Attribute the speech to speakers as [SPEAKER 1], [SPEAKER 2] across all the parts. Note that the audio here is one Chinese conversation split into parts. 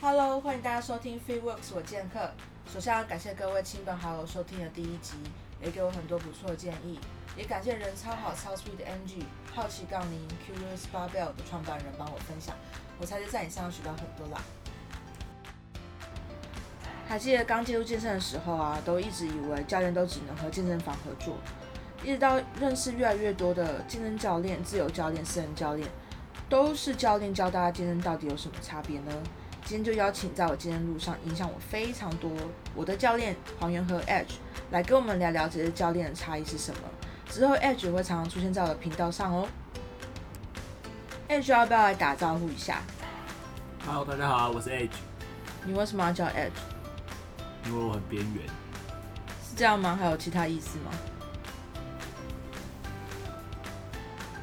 [SPEAKER 1] Hello，欢迎大家收听 Free Works 我健客。首先要感谢各位亲朋好友收听的第一集，也给我很多不错的建议，也感谢人超好超 sweet 的 Angie、好奇杠铃 Curious Barbell 的创办人帮我分享，我才是在你身上学到很多啦。还记得刚进入健身的时候啊，都一直以为教练都只能和健身房合作，一直到认识越来越多的健身教练、自由教练、私人教练，都是教练教大家健身到底有什么差别呢？今天就邀请在我健身路上影响我非常多我的教练黄元和 Edge 来跟我们聊聊这些教练的差异是什么。之后 Edge 也会常常出现在我的频道上哦。Edge 要不要来打招呼一下？
[SPEAKER 2] Hello，大家好，我是 Edge，
[SPEAKER 1] 你为什么要叫 Edge？
[SPEAKER 2] 因为我很边缘，
[SPEAKER 1] 是这样吗？还有其他意思吗？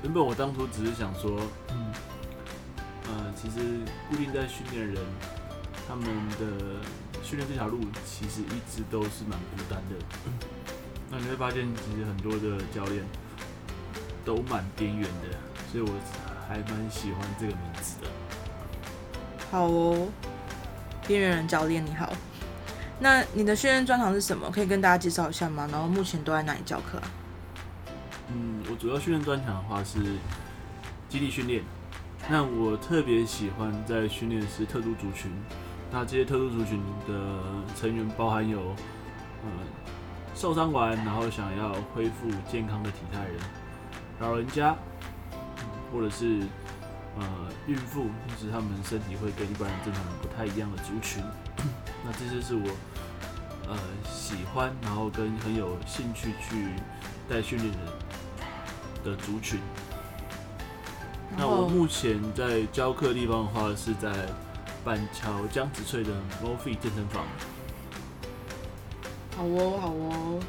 [SPEAKER 2] 原本我当初只是想说，嗯，呃，其实固定在训练的人，他们的训练这条路其实一直都是蛮孤单的。那你会发现，其实很多的教练都蛮边缘的，所以我还蛮喜欢这个名字的。
[SPEAKER 1] 好哦，边缘人教练你好。那你的训练专长是什么？可以跟大家介绍一下吗？然后目前都在哪里教课啊？
[SPEAKER 2] 嗯，我主要训练专长的话是基地训练。那我特别喜欢在训练是特殊族群。那这些特殊族群的成员包含有，呃，受伤完然后想要恢复健康的体态人，老人家，嗯或者是呃孕妇，就是他们身体会跟一般人正常人不太一样的族群。 那这些是我呃喜欢，然后跟很有兴趣去带训练的的族群。那
[SPEAKER 1] 然
[SPEAKER 2] 我
[SPEAKER 1] 后
[SPEAKER 2] 目前在教课的地方的话，是在板桥江子翠的 Mofi 健身房。
[SPEAKER 1] 好哦，好哦。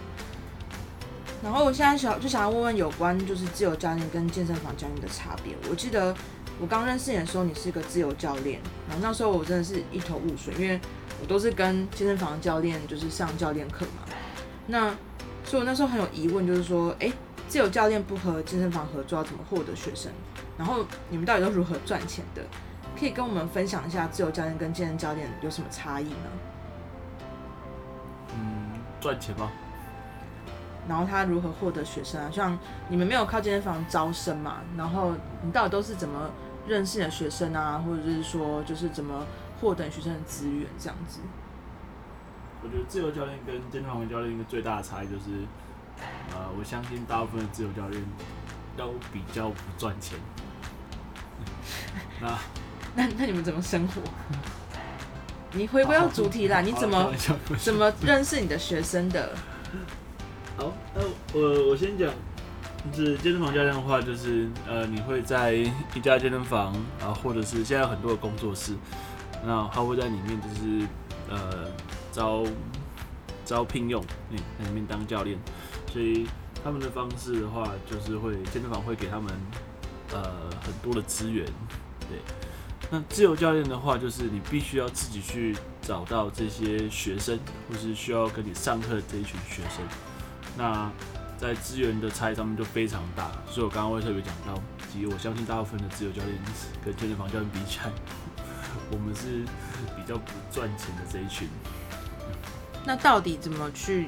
[SPEAKER 1] 然后我现在想就想要问问有关就是自由教练跟健身房教练的差别。我记得我刚认识你的时候，你是一个自由教练，然后那时候我真的是一头雾水，因为我都是跟健身房的教练就是上教练课嘛。那所以我那时候很有疑问，就是说，哎，自由教练不和健身房合作，要怎么获得学生？然后你们到底都如何赚钱的？可以跟我们分享一下自由教练跟健身教练有什么差异吗？
[SPEAKER 2] 嗯，赚钱吗？
[SPEAKER 1] 然后他如何获得学生啊？像你们没有靠健身房招生嘛？然后你到底都是怎么认识你的学生啊？或者是说，就是怎么获得你学生的资源这样子？
[SPEAKER 2] 我觉得自由教练跟健身房教练一个最大的差异就是，呃，我相信大部分的自由教练都比较不赚钱。那
[SPEAKER 1] 那那你们怎么生活？你回归到主 题啦，你怎么？怎么认识你的学生的？
[SPEAKER 2] 好，那我我先讲，就是健身房教练的话，就是呃，你会在一家健身房啊，或者是现在有很多的工作室，那他会在里面就是呃招招聘用，嗯，在里面当教练，所以他们的方式的话，就是会健身房会给他们呃很多的资源，对。那自由教练的话，就是你必须要自己去找到这些学生，或是需要跟你上课的这一群学生。那在资源的差异上面就非常大，所以我刚刚会特别讲到，其实我相信大部分的自由教练跟健身房教练比起来， 我们是比较不赚钱的这一群。
[SPEAKER 1] 那到底怎么去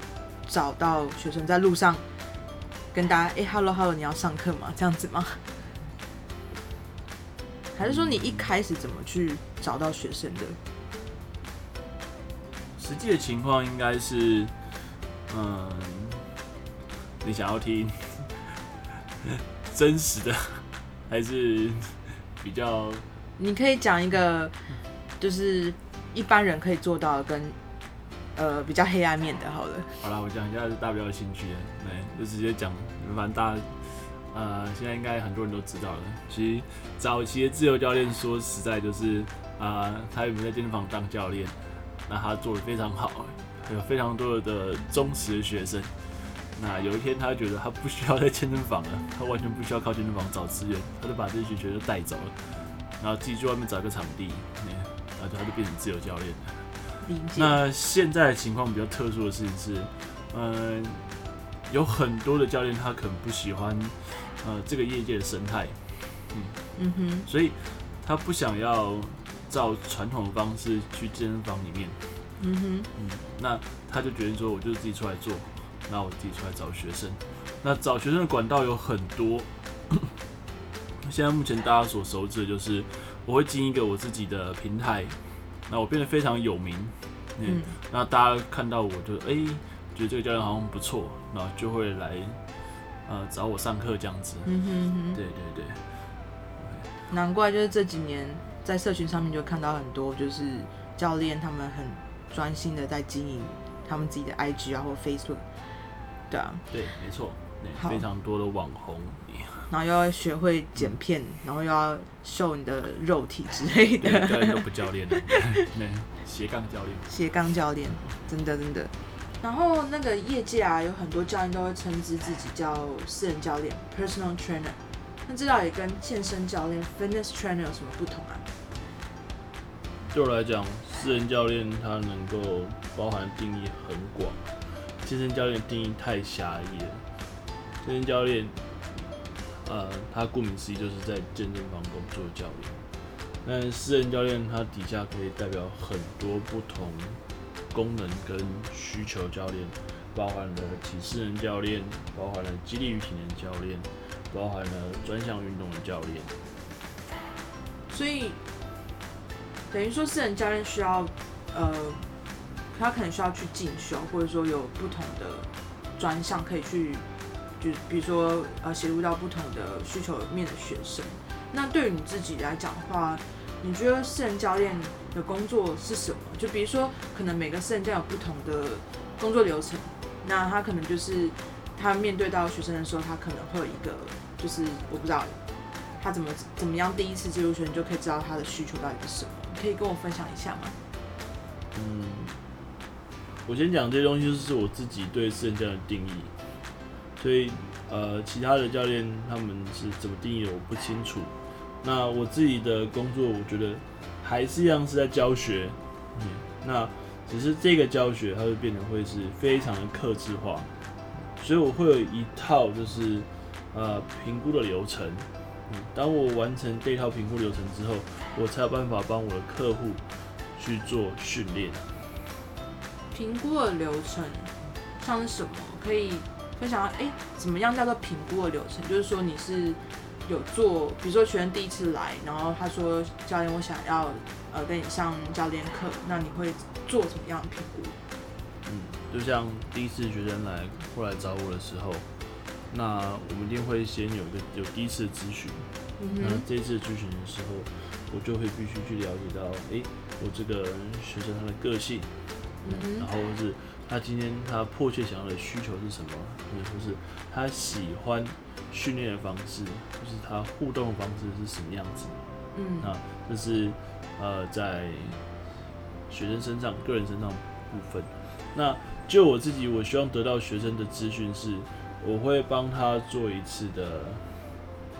[SPEAKER 1] 找到学生？在路上跟大家哎、h e l l o hello，你要上课吗？这样子吗？还是说你一开始怎么去找到学生的？
[SPEAKER 2] 实际的情况应该是，嗯，你想要听 真实的，还是比较
[SPEAKER 1] 你可以讲一个，就是一般人可以做到的跟呃比较黑暗面的，好了。
[SPEAKER 2] 好啦，我讲一下大标的兴趣，对，就直接讲，反正大家呃，现在应该很多人都知道了。其实早期的自由教练说实在就是，啊、他原本在健身房当教练，那他做的非常好，有非常多的忠实的学生。那有一天他觉得他不需要在健身房了，他完全不需要靠健身房找资源，他就把这些学生带走了，然后自己去外面找一个场地，嗯然后他就变成自由教练了。
[SPEAKER 1] 理解。
[SPEAKER 2] 那现在的情况比较特殊的事情是，嗯、有很多的教练他可能不喜欢呃这个业界的生态，
[SPEAKER 1] 嗯哼，
[SPEAKER 2] 所以他不想要照传统的方式去健身房里面，
[SPEAKER 1] 嗯
[SPEAKER 2] 嗯，那他就决定说，我就自己出来做，那我自己出来找学生。那找学生的管道有很多， 现在目前大家所熟知的就是，我会经营一个我自己的平台，那我变得非常有名，
[SPEAKER 1] 哼，
[SPEAKER 2] 嗯
[SPEAKER 1] 嗯，
[SPEAKER 2] 那大家看到我就哎、觉得这个教练好像不错，然后就会来呃找我上课这样子。
[SPEAKER 1] 嗯哼
[SPEAKER 2] 对对对，
[SPEAKER 1] 哼，难怪就是这几年在社群上面就看到很多就是教练他们很专心的在经营他们自己的 IG 啊或 Facebook，对啊，
[SPEAKER 2] 对，没错，对，
[SPEAKER 1] 好
[SPEAKER 2] 非常多的网红。
[SPEAKER 1] 然后又要学会剪片，然后又要秀你的肉体之类
[SPEAKER 2] 对，
[SPEAKER 1] 的，
[SPEAKER 2] 教练都不教练了， 对，斜杠教练。
[SPEAKER 1] 斜杠教练，真的真的。然后那个业界啊，有很多教练都会称之自己叫私人教练 （personal trainer）。那这到底跟健身教练 （fitness trainer） 有什么不同啊？
[SPEAKER 2] 对我来讲，私人教练他能够包含的定义很广，健身教练定义太狭义了。健身教练，呃，他顾名思义就是在健身房工作的教练。但私人教练他底下可以代表很多不同功能跟需求教练，包含了体适能教练，包含了激励与体能教练，包含了专项运动的教练。
[SPEAKER 1] 所以等于说，私人教练需要呃，他可能需要去进修，或者说有不同的专项可以去，就比如说呃，协助到不同的需求面的学生。那对于你自己来讲的话，你觉得私人教练的工作是什么？就比如说，可能每个私人教练有不同的工作流程，那他可能就是他面对到学生的时候，他可能会有一个，就是我不知道他怎么怎么样第一次接触学生就可以知道他的需求到底是什么，你可以跟我分享一下吗？
[SPEAKER 2] 嗯，我先讲这些东西，就是我自己对私人教练的定义，所以呃，其他的教练他们是怎么定义的，我不清楚。那我自己的工作，我觉得还是一样是在教学，嗯，那只是这个教学它会变得会是非常的克制化，所以我会有一套就是呃评估的流程。嗯，当我完成这套评估流程之后，我才有办法帮我的客户去做训练。
[SPEAKER 1] 评估的流程像是什么？可以分享哎、诶怎么样叫做评估的流程？就是说你是有做，比如说学生第一次来，然后他说教练，我想要呃跟你上教练课，那你会做什么样的评估？
[SPEAKER 2] 嗯，就像第一次学生来过来找我的时候，那我们一定会先有一个有第一次的咨询。
[SPEAKER 1] 嗯
[SPEAKER 2] 那
[SPEAKER 1] 哼，
[SPEAKER 2] 这次咨询的时候，我就会必须去了解到，诶、我这个学生他的个性，
[SPEAKER 1] 嗯
[SPEAKER 2] 然后是他今天他迫切想要的需求是什么，或者说是他喜欢训练的方式，就是他互动的方式是什么样子。
[SPEAKER 1] 嗯
[SPEAKER 2] 那这是呃在学生身上、个人身上的部分。那就我自己，我希望得到学生的资讯是，我会帮他做一次的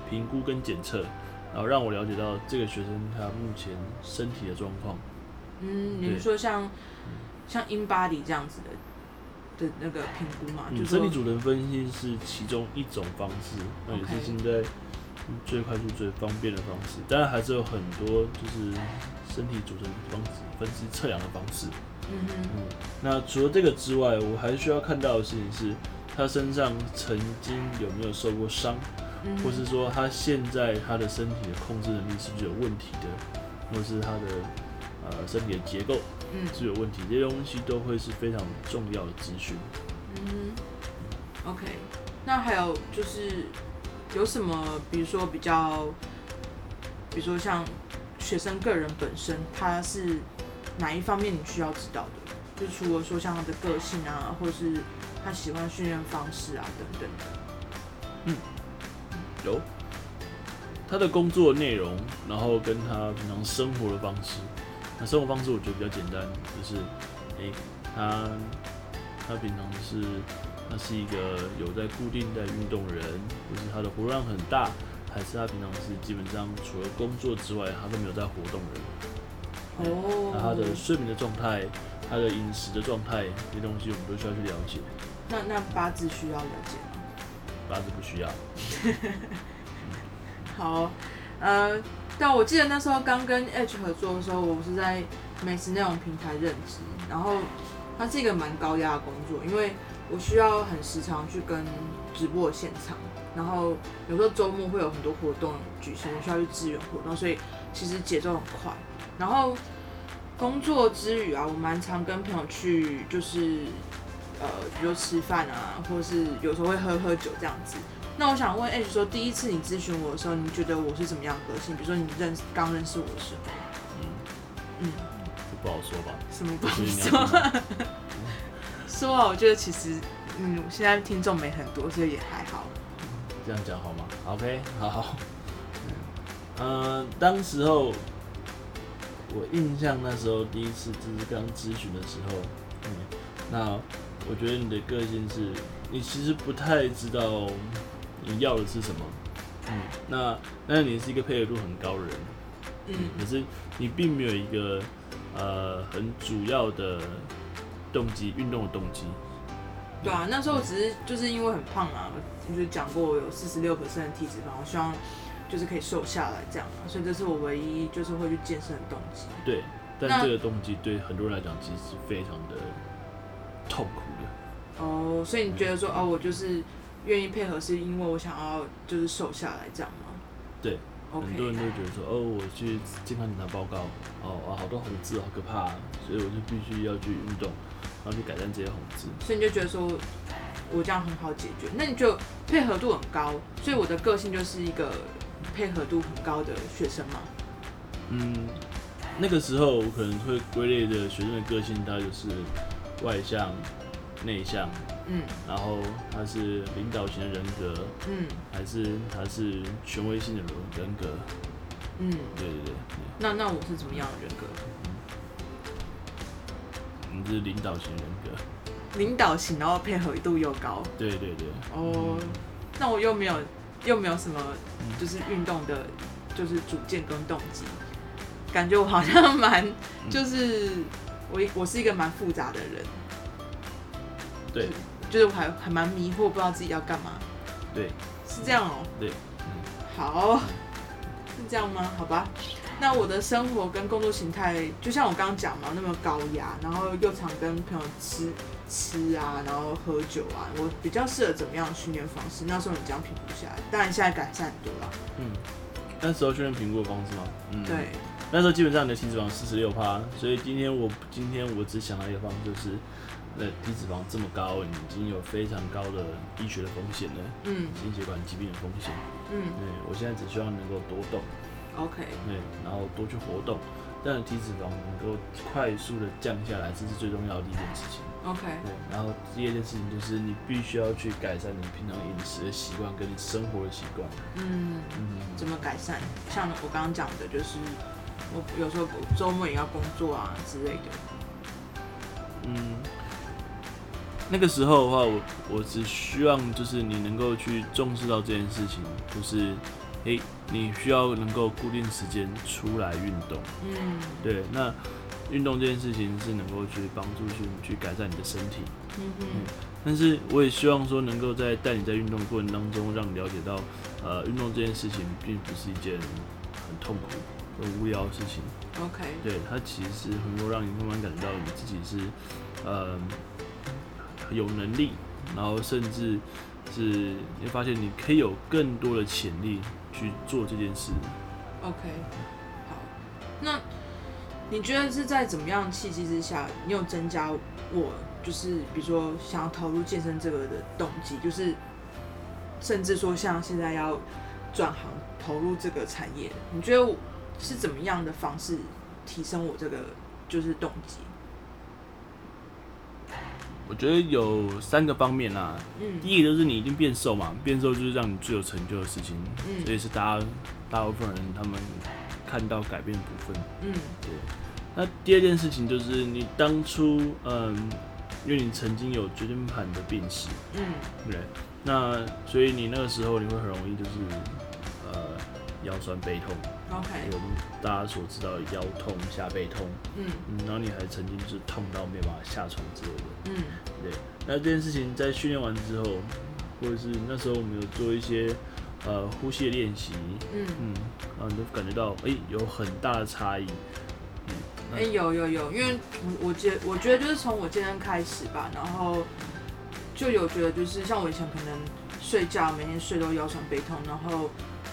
[SPEAKER 2] 评估跟检测，然后让我了解到这个学生他目前身体的状况。
[SPEAKER 1] 嗯，你
[SPEAKER 2] 对
[SPEAKER 1] 是说像像 in body 这样子的的那个评估嘛？
[SPEAKER 2] 嗯，
[SPEAKER 1] 就
[SPEAKER 2] 身
[SPEAKER 1] 说
[SPEAKER 2] 体组成分析是其中一种方式，那也
[SPEAKER 1] OK
[SPEAKER 2] 是现在最快速、最方便的方式。当然还是有很多就是身体组成方式、分析测量的方式。
[SPEAKER 1] 嗯哼，
[SPEAKER 2] 那除了这个之外，我还需要看到的事情是，他身上曾经有没有受过伤，
[SPEAKER 1] 嗯哼
[SPEAKER 2] 或是说他现在他的身体的控制能力是不是有问题的，或是他的呃身体的结构
[SPEAKER 1] 嗯。
[SPEAKER 2] 是不是有问题，这些东西都会是非常重要的资讯。
[SPEAKER 1] 嗯哼，OK，那还有就是有什么，比如说比较，比如说像学生个人本身，他是哪一方面你需要知道的？就除了说像他的个性啊，或者是他喜欢训练方式啊等等的。
[SPEAKER 2] 有他的工作内容，然后跟他平常生活的方式。那生活方式我觉得比较简单，就是，诶、他他平常是他是一个有在固定在运动的人，或是他的活动量很大，还是他平常是基本上除了工作之外，他都没有在活动的人。
[SPEAKER 1] 哦，
[SPEAKER 2] 那他的睡眠的状态，他的饮食的状态，这些东西我们都需要去了解。
[SPEAKER 1] 那那八字需要了解吗？
[SPEAKER 2] 八字不需要。
[SPEAKER 1] 好，呃，对啊，我记得那时候刚跟 H 合作的时候，我是在美食那种平台任职，然后它是一个蛮高压的工作，因为我需要很时常去跟直播的现场，然后有时候周末会有很多活动举行，我需要去支援活动，所以其实节奏很快。然后工作之余啊，我蛮常跟朋友去，就是呃，比如说吃饭啊，或是有时候会喝喝酒这样子。那我想问 H 说，第一次你咨询我的时候，你觉得我是怎么样的个性？比如说你认识刚认识我的时候，嗯，
[SPEAKER 2] 这不好说 吧？
[SPEAKER 1] 什么
[SPEAKER 2] 所
[SPEAKER 1] 帮
[SPEAKER 2] 以你
[SPEAKER 1] 说
[SPEAKER 2] 要听吗
[SPEAKER 1] 说啊？我觉得其实，嗯，现在听众没很多，所以也还好。
[SPEAKER 2] 这样讲好吗？OK，好。 嗯，当时候我印象那时候第一次就是刚咨询的时候，嗯，那我觉得你的个性是，你其实不太知道你要的是什么，嗯，那那你是一个配合度很高的人，
[SPEAKER 1] 嗯
[SPEAKER 2] 可是你并没有一个呃很主要的动机，运动的动机，嗯
[SPEAKER 1] 对啊，那时候我只是就是因为很胖啊，我就讲过我有四十六的体脂肪，我希望就是可以瘦下来这样啊，所以这是我唯一就是会去健身的动机。
[SPEAKER 2] 对，但
[SPEAKER 1] 那
[SPEAKER 2] 这个动机对很多人来讲其实是非常的痛苦的。
[SPEAKER 1] 哦，所以你觉得说哦，我就是愿意配合，是因为我想要就是瘦下来这样吗？
[SPEAKER 2] 对很多人都
[SPEAKER 1] ，OK，
[SPEAKER 2] 觉得说，哦，我去健康检查报告，哦，啊，好多红字，好可怕、啊，所以我就必须要去运动，然后去改善这些红字。
[SPEAKER 1] 所以你就觉得说我这样很好解决，那你就配合度很高，所以我的个性就是一个配合度很高的学生嘛。
[SPEAKER 2] 嗯，那个时候我可能会归类的学生的个性，他就是外向、内向，
[SPEAKER 1] 嗯
[SPEAKER 2] 然后他是领导型的人格，
[SPEAKER 1] 嗯
[SPEAKER 2] 还是他是权威性的人格？
[SPEAKER 1] 嗯，
[SPEAKER 2] 对对对，
[SPEAKER 1] 那那我是怎么样的人格？
[SPEAKER 2] 你是领导型人格。
[SPEAKER 1] 领导型，然后配合度又高。
[SPEAKER 2] 对对对，
[SPEAKER 1] 哦，那我又没有又没有什么就是运动的，就是主见跟动机，感觉我好像蛮就是我我是一个蛮复杂的人，
[SPEAKER 2] 对
[SPEAKER 1] 就是我还还蛮迷惑，不知道自己要干嘛，
[SPEAKER 2] 对，
[SPEAKER 1] 是这样哦、
[SPEAKER 2] 对，
[SPEAKER 1] 好，是这样吗？好吧。那我的生活跟工作形态，就像我刚刚讲嘛，那么高压，然后又常跟朋友吃吃啊，然后喝酒啊，我比较适合怎么样的训练方式？那时候你这样评估下来，当然现在改善很多了。
[SPEAKER 2] 嗯，那时候确认评估的方式吗？嗯，
[SPEAKER 1] 对，，
[SPEAKER 2] 那时候基本上你的体脂肪四十六趴，所以今天我今天我只想到一个方式就是，呃那体脂肪这么高，你已经有非常高的医学的风险了，
[SPEAKER 1] 嗯
[SPEAKER 2] 心血管疾病的风险。
[SPEAKER 1] 嗯
[SPEAKER 2] 对我现在只希望能够多动，
[SPEAKER 1] ，OK，
[SPEAKER 2] 对，然后多去活动，让你体脂肪能够快速的降下来，这是最重要的第一件事情。
[SPEAKER 1] OK，
[SPEAKER 2] 对，然后第二件事情就是你必须要去改善你平常饮食的习惯跟你生活的习惯。
[SPEAKER 1] 嗯，
[SPEAKER 2] 嗯，
[SPEAKER 1] 怎么改善？像我刚刚讲的，就是我有时候周末也要工作啊之类的。
[SPEAKER 2] 嗯，那个时候的话，我我只希望就是你能够去重视到这件事情，就是，诶、你需要能够固定时间出来运动。
[SPEAKER 1] 嗯
[SPEAKER 2] 对，那运动这件事情是能够去帮助去去改善你的身体，
[SPEAKER 1] 嗯哼，
[SPEAKER 2] 但是我也希望说能够在带你在运动过程当中，让你了解到，呃，运动这件事情并不是一件很痛苦、很无聊的事情。
[SPEAKER 1] ，OK，
[SPEAKER 2] 对，它其实是能够让你慢慢感觉到你自己是，呃，有能力，然后甚至是你会发现你可以有更多的潜力去做这件事。
[SPEAKER 1] OK，好，那你觉得是在怎么样的契机之下，你有增加我就是比如说想要投入健身这个的动机，就是甚至说像现在要转行投入这个产业，你觉得我是怎么样的方式提升我这个就是动机？
[SPEAKER 2] 我觉得有三个方面啊，第
[SPEAKER 1] 嗯
[SPEAKER 2] 一个就是你一定变瘦嘛，变瘦就是让你最有成就的事情，
[SPEAKER 1] 嗯
[SPEAKER 2] 这也是大家大部分人他们看到改变的部分。
[SPEAKER 1] 嗯
[SPEAKER 2] 那第二件事情就是你当初，嗯，因为你曾经有椎间盘的病史，
[SPEAKER 1] 嗯
[SPEAKER 2] 对，那所以你那个时候你会很容易就是呃腰酸背痛，
[SPEAKER 1] ，OK，
[SPEAKER 2] 我们大家所知道的腰痛、下背痛，
[SPEAKER 1] 嗯
[SPEAKER 2] 嗯，然后你还曾经就是痛到没有办法下床之类的，
[SPEAKER 1] 嗯
[SPEAKER 2] 对。那这件事情在训练完之后，或者是那时候我们有做一些呃呼吸的练习，
[SPEAKER 1] 嗯，
[SPEAKER 2] 嗯，然后你就感觉到哎、有很大的差异，
[SPEAKER 1] 哎、有有有，因为我我觉我觉得就是从我健身开始吧，然后就有觉得就是像我以前可能睡觉每天睡都腰酸背痛，然后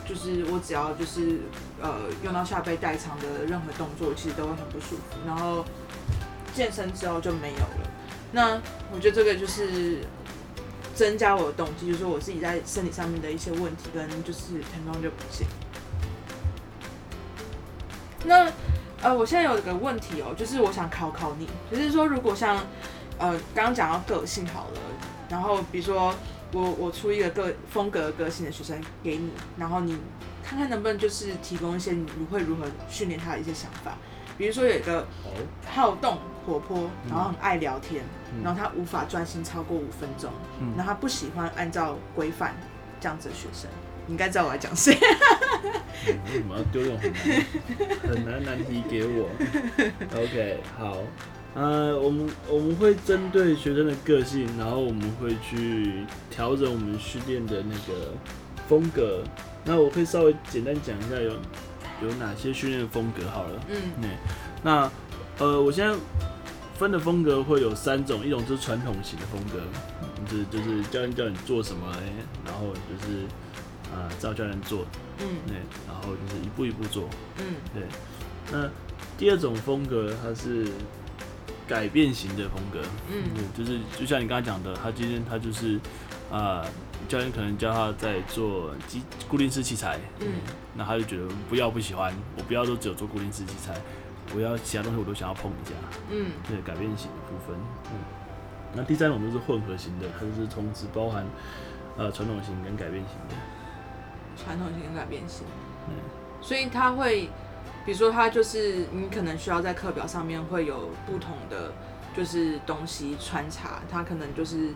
[SPEAKER 1] 就是我只要就是呃用到下背代偿的任何动作，其实都会很不舒服。然后健身之后就没有了。那我觉得这个就是增加我的动机，就是说我自己在身体上面的一些问题跟就是疼痛就不见。那呃，我现在有一个问题哦，就是我想考考你，就是说如果像呃刚刚讲到个性好了，然后比如说我我出一个个风格个性的学生给你，然后你看看能不能就是提供一些你会如何训练他的一些想法，比如说有一个
[SPEAKER 2] 哦，
[SPEAKER 1] 好动、活泼，
[SPEAKER 2] 嗯
[SPEAKER 1] 然后很爱聊天，
[SPEAKER 2] 嗯
[SPEAKER 1] 然后他无法专心超过五分钟，
[SPEAKER 2] 嗯
[SPEAKER 1] 然后他不喜欢按照规范这样子的学生。你应该知道我在讲谁，
[SPEAKER 2] 嗯为什么要丢这种很难很难难题给我？OK，好，呃，我们我们会针对学生的个性，然后我们会去调整我们训练的那个风格。那我会稍微简单讲一下有有哪些训练风格好了。
[SPEAKER 1] 嗯
[SPEAKER 2] 对，那呃，我现在分的风格会有三种，一种就是传统型的风格，就是就是教练叫你做什么，哎然后就是呃照教练做，
[SPEAKER 1] 嗯
[SPEAKER 2] 对，然后就是一步一步做。
[SPEAKER 1] 嗯
[SPEAKER 2] 对，那第二种风格它是改变型的风格，
[SPEAKER 1] 嗯
[SPEAKER 2] 对，就是就像你刚刚讲的，他今天他就是啊、呃教练可能教他在做机固定式器材，
[SPEAKER 1] 嗯，
[SPEAKER 2] 那他就觉得不要不喜欢，我不要都只有做固定式器材，我要其他东西我都想要碰一下，
[SPEAKER 1] 嗯
[SPEAKER 2] 对，改变型的部分，嗯。那第三种就是混合型的，它就是同时包含呃传统型跟改变型的，
[SPEAKER 1] 传统型跟改变型，
[SPEAKER 2] 嗯
[SPEAKER 1] 所以他会，比如说他就是你可能需要在课表上面会有不同的就是东西穿插，他可能就是。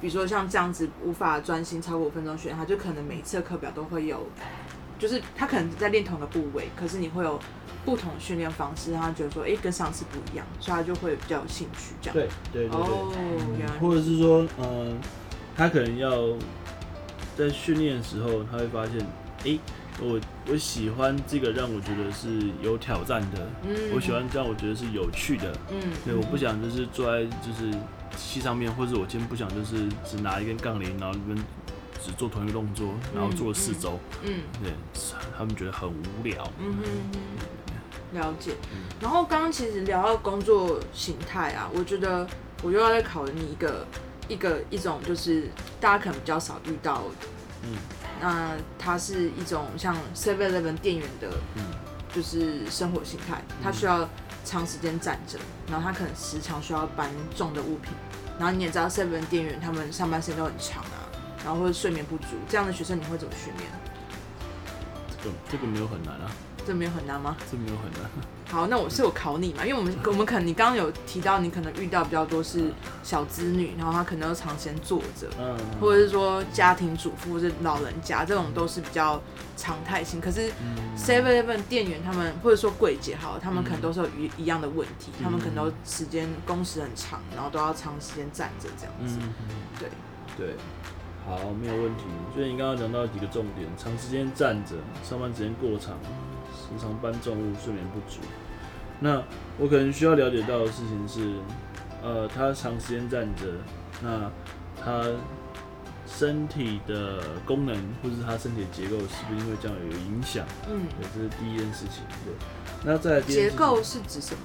[SPEAKER 1] 比如说像这样子无法专心超过五分钟学员，他就可能每一次的课表都会有，就是他可能在练同一个部位，可是你会有不同的训练方式，让他觉得说，哎、跟上次不一样，所以他就会比较有兴趣这样。
[SPEAKER 2] 对对对对。
[SPEAKER 1] 哦，原来如
[SPEAKER 2] 或者是说，呃，他可能要在训练的时候，他会发现，诶，我我喜欢这个，让我觉得是有挑战的，
[SPEAKER 1] 此，
[SPEAKER 2] 我喜欢这样，我觉得是有趣的。
[SPEAKER 1] 嗯，嗯，
[SPEAKER 2] 对，我不想就是坐在就是器上面，或者我今天不想就是只拿一根杠铃，然后你们只做同一个动作，然后做四周，
[SPEAKER 1] 嗯，
[SPEAKER 2] 对，他们觉得很无聊。
[SPEAKER 1] 嗯哼哼，了解。然后刚刚其实聊到工作形态啊，我觉得我又要再考你一个一个一种，就是大家可能比较少遇到，
[SPEAKER 2] 嗯，
[SPEAKER 1] 那它是一种像 Seven Eleven 店员的，
[SPEAKER 2] 嗯
[SPEAKER 1] 就是生活形态，它需要长时间站着，然后它可能时常需要搬重的物品，然后你也知道 Seven 店员他们上半身都很长啊，然后或者睡眠不足，这样的学生你会怎么训练？
[SPEAKER 2] 这个这个没有很难啊，
[SPEAKER 1] 这没有很难吗？
[SPEAKER 2] 这没有很难。
[SPEAKER 1] 好，那我是有考你嘛，因为我们我们可能你刚刚有提到，你可能遇到比较多是小子女，然后他可能又长时间坐着，
[SPEAKER 2] 嗯，
[SPEAKER 1] 或者是说家庭主妇或者老人家这种都是比较常态性。可是 Seven Eleven 店员他们或者说柜姐好了，他们可能都是有一一样的问题，他们可能都时间工时很长，然后都要长时间站着这样子。
[SPEAKER 2] 嗯。
[SPEAKER 1] 对，
[SPEAKER 2] 对，好，没有问题。所以你刚刚讲到几个重点：长时间站着，上班时间过长，时常搬重物，睡眠不足。那我可能需要了解到的事情是，呃，他长时间站着，那他身体的功能或者是他身体的结构是不是因为这样有影响？
[SPEAKER 1] 嗯，
[SPEAKER 2] 对，这是第一件事情。对，那再来第二件
[SPEAKER 1] 结
[SPEAKER 2] 事情
[SPEAKER 1] 构是指什么？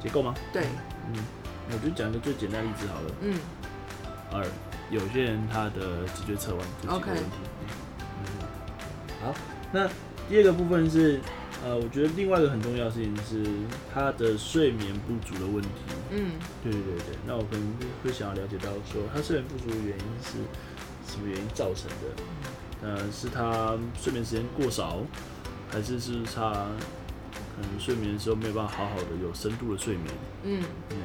[SPEAKER 2] 结构吗？
[SPEAKER 1] 对，
[SPEAKER 2] 嗯，我就讲一个最简单的例子好了。
[SPEAKER 1] 嗯
[SPEAKER 2] 二，有些人他的脊椎侧弯这几
[SPEAKER 1] OK
[SPEAKER 2] 个问题。嗯好，那第二个部分是，呃，我觉得另外一个很重要的事情是他的睡眠不足的问题。
[SPEAKER 1] 嗯
[SPEAKER 2] 对对对对，那我可能会想要了解到说他睡眠不足的原因是什么原因造成的？呃，是他睡眠时间过少，还是是他可能睡眠的时候没有办法好好的有深度的睡眠？
[SPEAKER 1] 嗯，
[SPEAKER 2] 嗯，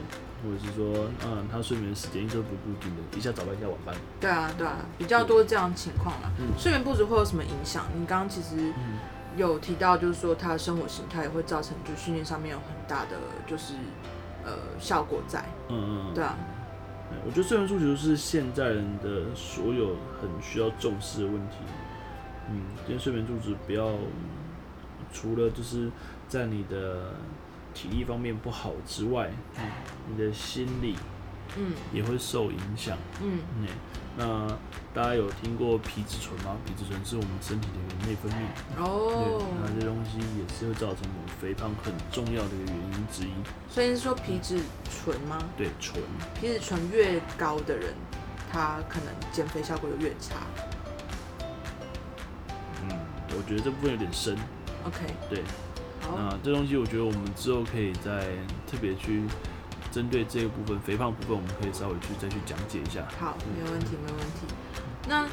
[SPEAKER 2] 或者是说，嗯，他睡眠时间一直都不固定的，一下早班，一下晚班。
[SPEAKER 1] 对啊对啊，比较多这样的情况啦。
[SPEAKER 2] 嗯
[SPEAKER 1] 睡眠不足会有什么影响？你刚刚其实。
[SPEAKER 2] 嗯，
[SPEAKER 1] 有提到，就是说他的生活形态也会造成，就训练上面有很大的就是呃效果在，
[SPEAKER 2] 嗯嗯，
[SPEAKER 1] 对啊，
[SPEAKER 2] 嗯我觉得睡眠不足是现在人的所有很需要重视的问题。嗯，今天睡眠住址不要，嗯除了就是在你的体力方面不好之外，嗯，你的心理
[SPEAKER 1] 嗯
[SPEAKER 2] 也会受影响。
[SPEAKER 1] 嗯
[SPEAKER 2] 嗯，那大家有听过皮质醇吗？皮质醇是我们身体的一个内分泌，对，
[SPEAKER 1] 哦，
[SPEAKER 2] 那这东西也是会造成我们肥胖很重要的一个原因之一。
[SPEAKER 1] 所以是说皮质醇吗？
[SPEAKER 2] 对，醇，
[SPEAKER 1] 皮质醇越高的人，他可能减肥效果就越差。
[SPEAKER 2] 嗯，我觉得这部分有点深。
[SPEAKER 1] OK，
[SPEAKER 2] 对，
[SPEAKER 1] 好，
[SPEAKER 2] 那这东西我觉得我们之后可以再特别去针对这个部分肥胖部分，我们可以稍微去再去讲解一下。
[SPEAKER 1] 好，没有问题，没有问题。那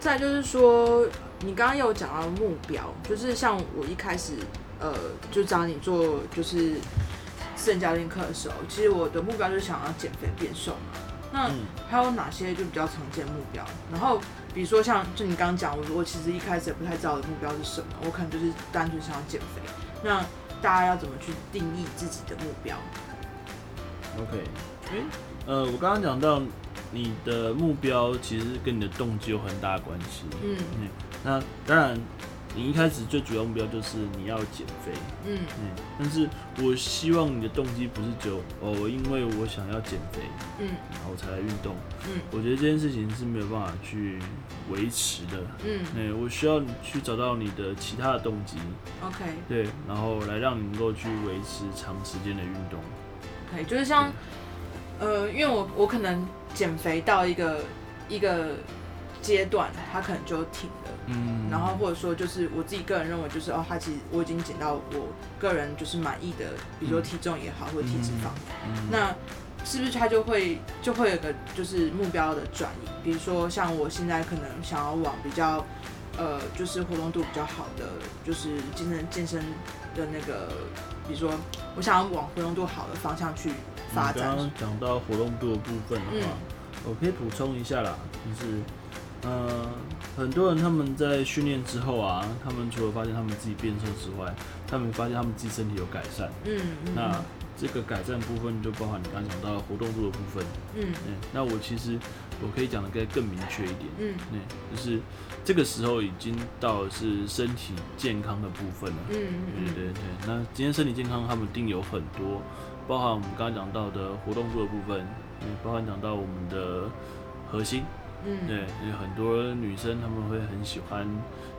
[SPEAKER 1] 再就是说，你刚刚有讲到目标，就是像我一开始呃就找你做就是私人教练课的时候，其实我的目标就是想要减肥变瘦嘛。那
[SPEAKER 2] 嗯
[SPEAKER 1] 还有哪些就比较常见的目标？然后比如说像就你刚刚讲，我我其实一开始也不太知道我的目标是什么，我可能就是单纯想要减肥。那大家要怎么去定义自己的目标？
[SPEAKER 2] 嗯，OK，诶，呃，我刚刚讲到你的目标其实跟你的动机有很大的关系。
[SPEAKER 1] 嗯
[SPEAKER 2] 那当然，你一开始最主要目标就是你要减肥，
[SPEAKER 1] 嗯
[SPEAKER 2] 嗯，但是我希望你的动机不是只有哦，因为我想要减肥，
[SPEAKER 1] 嗯
[SPEAKER 2] 然后才来运动。
[SPEAKER 1] 嗯
[SPEAKER 2] 我觉得这件事情是没有办法去维持的。
[SPEAKER 1] 嗯
[SPEAKER 2] 对，我需要你去找到你的其他的动机，
[SPEAKER 1] ，OK，
[SPEAKER 2] 对，然后来让你能够去维持长时间的运动。
[SPEAKER 1] 可以，就是像呃，因为我我可能减肥到一个一个阶段，它可能就停了。
[SPEAKER 2] 嗯
[SPEAKER 1] 然后或者说就是我自己个人认为就是哦，它其实我已经减到我个人就是满意的，比如说体重也好，或者体脂肪，
[SPEAKER 2] 嗯
[SPEAKER 1] 那是不是它就会就会有个就是目标的转移？比如说像我现在可能想要往比较呃就是活动度比较好的，就是健身健身的那个，比如说我想要往活动度好的方向去发
[SPEAKER 2] 你
[SPEAKER 1] 展嗯
[SPEAKER 2] 刚。刚讲到活动度的部分的话，我可以补充一下啦，就是，呃，很多人他们在训练之后啊，他们除了发现他们自己变瘦之外，他们发现他们自己身体有改善。
[SPEAKER 1] 嗯嗯
[SPEAKER 2] 那这个改善部分就包含你刚刚讲到的活动度的部分。
[SPEAKER 1] 嗯
[SPEAKER 2] 嗯，那我其实我可以讲的更更明确一点。
[SPEAKER 1] 嗯
[SPEAKER 2] 对，就是这个时候已经到了是身体健康的部分了。
[SPEAKER 1] 嗯嗯嗯
[SPEAKER 2] 对对对，那今天身体健康，他们一定有很多，包含我们刚刚讲到的活动度的部分，嗯，包含讲到我们的核心，
[SPEAKER 1] 嗯
[SPEAKER 2] 对，因为很多女生她们会很喜欢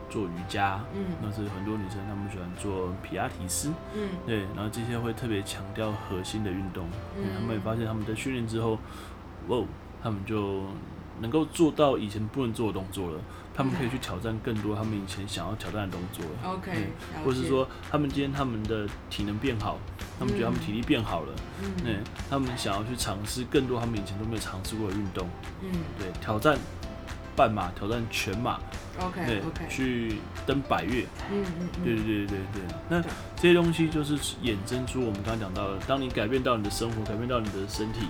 [SPEAKER 2] 做瑜伽，
[SPEAKER 1] 嗯
[SPEAKER 2] 那是很多女生她们喜欢做皮拉提斯，
[SPEAKER 1] 嗯
[SPEAKER 2] 对，然后这些会特别强调核心的运动，
[SPEAKER 1] 嗯
[SPEAKER 2] 嗯，他们也发现他们在训练之后，哇哦，他们就能够做到以前不能做的动作了，他们可以去挑战更多他们以前想要挑战的动作了。
[SPEAKER 1] ，OK，
[SPEAKER 2] 嗯
[SPEAKER 1] 了
[SPEAKER 2] 或是
[SPEAKER 1] 解
[SPEAKER 2] 说他们今天他们的体能变好，他们觉得他们体力变好了，
[SPEAKER 1] 嗯
[SPEAKER 2] 嗯，他们想要去尝试更多他们以前都没有尝试过的运动，
[SPEAKER 1] 嗯
[SPEAKER 2] 对，挑战半马，挑战全马，对
[SPEAKER 1] OK OK，
[SPEAKER 2] 去登百越，
[SPEAKER 1] 嗯嗯嗯
[SPEAKER 2] 对对对对对。那
[SPEAKER 1] 对
[SPEAKER 2] 这些东西就是衍生出我们刚刚讲到的，当你改变到你的生活，改变到你的身体，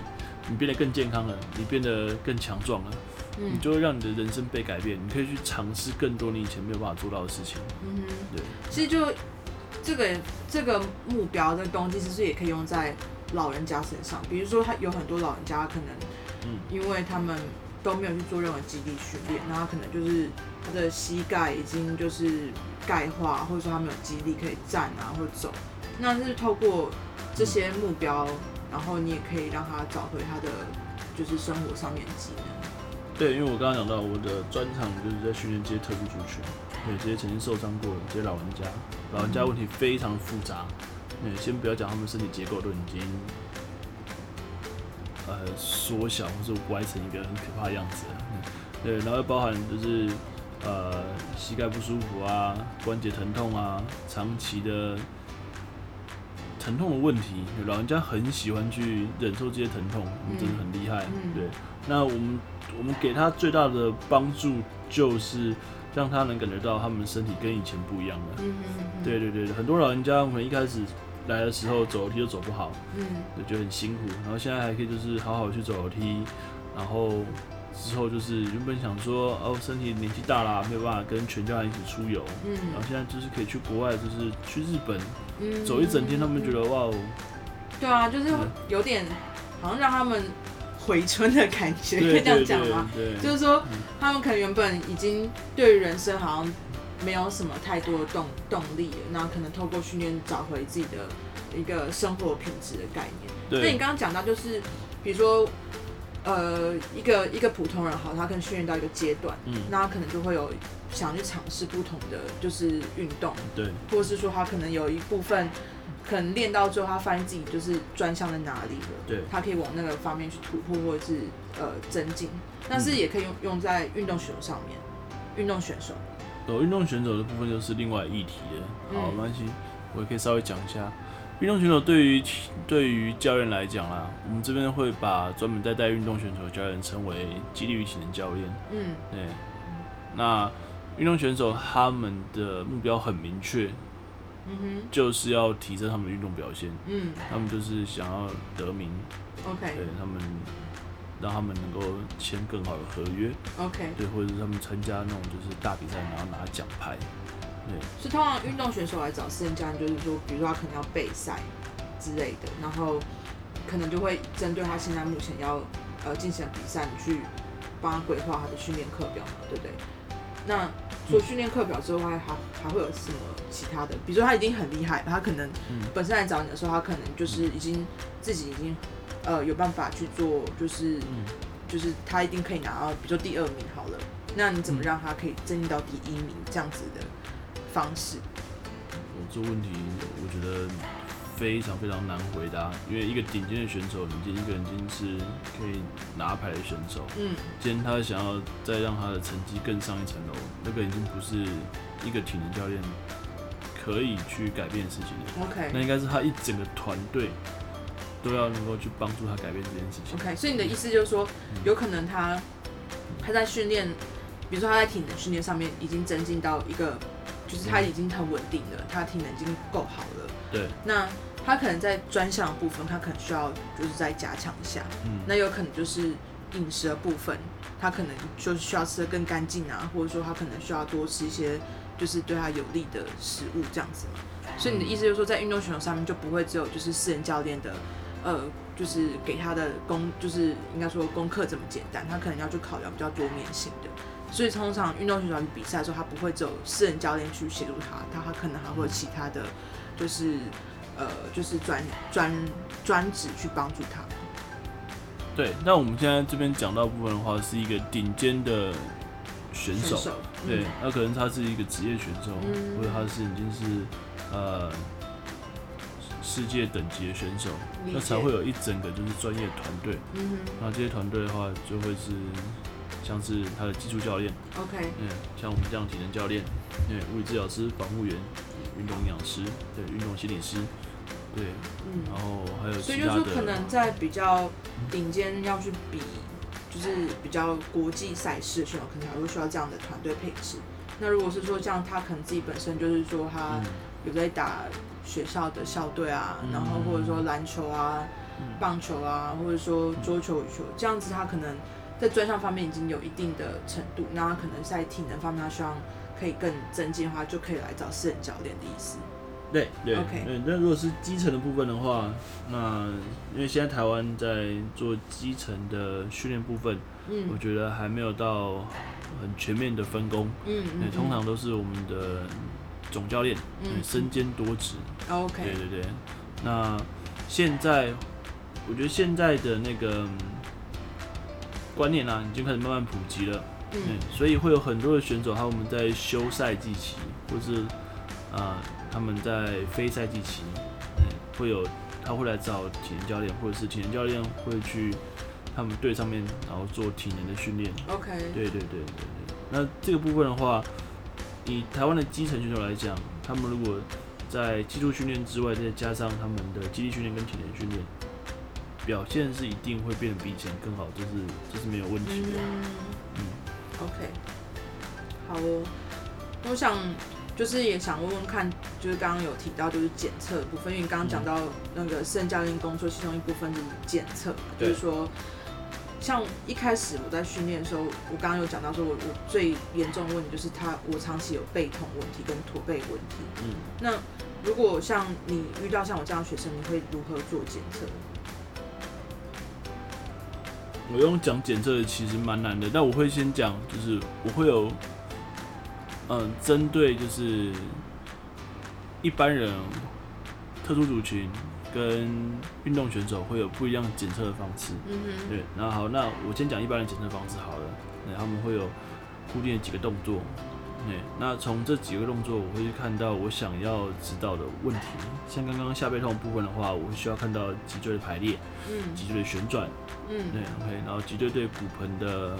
[SPEAKER 2] 你变得更健康了，你变得更强壮了，
[SPEAKER 1] 嗯
[SPEAKER 2] 你就会让你的人生被改变，你可以去尝试更多你以前没有办法做到的事情，
[SPEAKER 1] 嗯
[SPEAKER 2] 对。
[SPEAKER 1] 哼，其实就这个这个目标的东西，其实也可以用在老人家身上。比如说，他有很多老人家可能，
[SPEAKER 2] 嗯
[SPEAKER 1] 因为他们都没有去做任何肌力训练，那他可能就是呃他的膝盖已经就是钙化，或者说他没有肌力可以站啊或者走。那是透过这些目标，然后你也可以让他找回他的就是生活上面的技能。
[SPEAKER 2] 对，因为我刚刚讲到我的专长就是在训练这些特殊族群，对这些曾经受伤过的这些老人家，老人家问题非常复杂，对，先不要讲他们身体结构都已经呃缩小或是歪成一个很可怕的样子了，对，然后又包含就是呃膝盖不舒服啊，关节疼痛啊，长期的。疼痛的问题，对老人家很喜欢去忍受这些疼痛，
[SPEAKER 1] 嗯
[SPEAKER 2] 真的很厉害。
[SPEAKER 1] 嗯
[SPEAKER 2] 对，那我们我们给他最大的帮助就是让他能感觉到他们身体跟以前不一样了。
[SPEAKER 1] 嗯哼，
[SPEAKER 2] 对对对，对很多老人家可能一开始来的时候走楼梯都走不好，
[SPEAKER 1] 嗯
[SPEAKER 2] 就觉得很辛苦，然后现在还可以就是好好去走楼梯，然后之后就是原本想说哦身体年纪大啦，没有办法跟全家人一起出游，
[SPEAKER 1] 嗯
[SPEAKER 2] 然后现在就是可以去国外，就是去日本
[SPEAKER 1] 嗯，
[SPEAKER 2] 走一整天，他们觉得哇哦，
[SPEAKER 1] 对啊，就是有点好像让他们回春的感 觉，可
[SPEAKER 2] 对
[SPEAKER 1] 以这样
[SPEAKER 2] 对嗯
[SPEAKER 1] 讲
[SPEAKER 2] 对
[SPEAKER 1] 吗？
[SPEAKER 2] 对，
[SPEAKER 1] 就是说，他们可能原本已经对于人生好像没有什么太多的动动力了，那可能透过训练找回自己的一个生活品质的概念。所以你
[SPEAKER 2] 对，
[SPEAKER 1] 刚刚讲到，就是比如说，呃，一个一个普通人好，他可能训练到一个阶段，
[SPEAKER 2] 嗯，
[SPEAKER 1] 那他可能就会有想去尝试不同的就是运动，
[SPEAKER 2] 对，
[SPEAKER 1] 或者是说他可能有一部分可能练到最后，他发现自己就是专项在哪里了，
[SPEAKER 2] 对，
[SPEAKER 1] 他可以往那个方面去突破，或者是呃增进，但是也可以用用在运动选手上面，运动选手，
[SPEAKER 2] 有呃运动选手的部分就是另外议题了。好，
[SPEAKER 1] 嗯
[SPEAKER 2] 没关系，我也可以稍微讲一下。运动选手对于体对于教练来讲啦，我们这边会把专门在带运动选手的教练称为激励与体能教练。
[SPEAKER 1] 嗯
[SPEAKER 2] 对，那运动选手他们的目标很明确，
[SPEAKER 1] 嗯哼，
[SPEAKER 2] 就是要提升他们的运动表现，
[SPEAKER 1] 嗯
[SPEAKER 2] 他们就是想要得名，
[SPEAKER 1] ，OK
[SPEAKER 2] 对他们让他们能够签更好的合约，
[SPEAKER 1] OK，
[SPEAKER 2] 对，或者是他们参加那种就是大比赛然后拿奖牌，
[SPEAKER 1] 是通常运动选手来找私人教练，就是说，比如说他可能要备赛之类的，然后可能就会针对他现在目前要呃进行的比赛，你去帮他规划他的训练课表嘛，对不对？那除了
[SPEAKER 2] 嗯
[SPEAKER 1] 训练课表之外，还还会有什么其他的？比如说他已经很厉害了，他可能
[SPEAKER 2] 嗯
[SPEAKER 1] 本身来找你的时候，他可能就是已经自己已经呃有办法去做，就是
[SPEAKER 2] 嗯。
[SPEAKER 1] 就是他一定可以拿到，比如说第二名好了，那你怎么
[SPEAKER 2] 嗯
[SPEAKER 1] 让他可以争到第一名这样子的方式？
[SPEAKER 2] 我这问题我觉得非常非常难回答，因为一个顶尖的选手，你今天一个人已经是可以拿牌的选手，
[SPEAKER 1] 嗯
[SPEAKER 2] 今天他想要再让他的成绩更上一层楼，那个已经不是一个体能教练可以去改变的事情了，那
[SPEAKER 1] ，OK
[SPEAKER 2] 应该是他一整个团队都要能够去帮助他改变这件事情。
[SPEAKER 1] OK，所以你的意思就是说，有可能他他在训练，比如说他在体能训练上面已经增进到一个，就是他已经很稳定了，他体能已经够好了。
[SPEAKER 2] 对，
[SPEAKER 1] 那他可能在专项的部分，他可能需要就是再加强一下。
[SPEAKER 2] 嗯
[SPEAKER 1] 那有可能就是饮食的部分，他可能就需要吃的更干净啊，或者说他可能需要多吃一些就是对他有利的食物这样子嘛。所以你的意思就是说，在运动选手上面就不会只有就是私人教练的，呃，就是给他的功，就是应该说功课这么简单，他可能要去考量比较多面性的。所以通常运动选手去比赛的时候，他不会只有私人教练去协助他，他他可能还会有其他的，就是呃，就是专专专职去帮助他。
[SPEAKER 2] 对。那我们现在这边讲到的部分的话，是一个顶尖的选手，对，那可能他是一个职业选手，
[SPEAKER 1] 嗯
[SPEAKER 2] 或者他是已经是呃世界等级的选手，
[SPEAKER 1] 理解
[SPEAKER 2] 那才会有一整个就是专业团队。
[SPEAKER 1] 嗯
[SPEAKER 2] 那这些团队的话，就会是像是他的技术教练，
[SPEAKER 1] 哼，OK，
[SPEAKER 2] 嗯，像我们这样体能教练，对，物理治疗师、防护员、运动营养师，对，运动心理师，对，然
[SPEAKER 1] 嗯，
[SPEAKER 2] 后还有
[SPEAKER 1] 所以
[SPEAKER 2] 其
[SPEAKER 1] 就是
[SPEAKER 2] 他
[SPEAKER 1] 说，可
[SPEAKER 2] 的，
[SPEAKER 1] 能在比较顶尖要去比，就是比较国际赛事的时候，可能还会需要这样的团队配置。那如果是说像他可能自己本身就是说他
[SPEAKER 2] 嗯
[SPEAKER 1] 有在打学校的校队啊，
[SPEAKER 2] 嗯
[SPEAKER 1] 然后或者说篮球啊、
[SPEAKER 2] 嗯
[SPEAKER 1] 棒球啊，或者说桌球、羽球这样子，他可能在专项方面已经有一定的程度，那他可能在体能方面，他希望可以更增进的话，就可以来找私人教练的意思。
[SPEAKER 2] 对对
[SPEAKER 1] OK
[SPEAKER 2] 对，那如果是基层的部分的话，那因为现在台湾在做基层的训练部分，我
[SPEAKER 1] 嗯
[SPEAKER 2] 觉得还没有到很全面的分工，
[SPEAKER 1] 嗯
[SPEAKER 2] 对，
[SPEAKER 1] 嗯，
[SPEAKER 2] 通常都是我们的总教练，
[SPEAKER 1] 嗯
[SPEAKER 2] 嗯，身兼多职，
[SPEAKER 1] OK，
[SPEAKER 2] 对对对。那现在我觉得现在的那个嗯观念啊，已经开始慢慢普及了，嗯
[SPEAKER 1] 嗯，
[SPEAKER 2] 所以会有很多的选手，他们在休赛季期，或是呃他们在非赛季期，嗯，会有他会来找体能教练，或者是体能教练会去他们队上面，然后做体能的训练。
[SPEAKER 1] ，OK，
[SPEAKER 2] 对对对对对。那这个部分的话，以台湾的基层选手来讲，他们如果在技术训练之外，再加上他们的肌力训练跟体能训练，表现是一定会变得比以前更好，这是这是没有问题的。
[SPEAKER 1] 嗯
[SPEAKER 2] 嗯
[SPEAKER 1] ，OK，好哦。我想就是也想问问看，就是刚刚有提到就是检测的部分，因为你刚刚
[SPEAKER 2] 嗯
[SPEAKER 1] 讲到那个圣教练工作其中一部分就是检测嘛，就
[SPEAKER 2] 对
[SPEAKER 1] 是说。像一开始我在训练的时候，我刚刚有讲到说我，我最严重的问题就是他，我长期有背痛问题跟驼背问题。
[SPEAKER 2] 嗯。
[SPEAKER 1] 那如果像你遇到像我这样的学生，你会如何做检测？
[SPEAKER 2] 我用讲检测的其实蛮难的，但我会先讲，就是我会有嗯，针对就是一般人、特殊族群跟运动选手会有不一样检测的方式。
[SPEAKER 1] 嗯哼，
[SPEAKER 2] 对，那好，那我先讲一般人检测方式好了。那他们会有固定的几个动作，对，那从这几个动作，我会去看到我想要知道的问题。像刚刚下背痛的部分的话，我会需要看到脊椎的排列、
[SPEAKER 1] 嗯
[SPEAKER 2] 脊椎的旋转，对
[SPEAKER 1] 嗯
[SPEAKER 2] ，OK，然后脊椎对骨盆的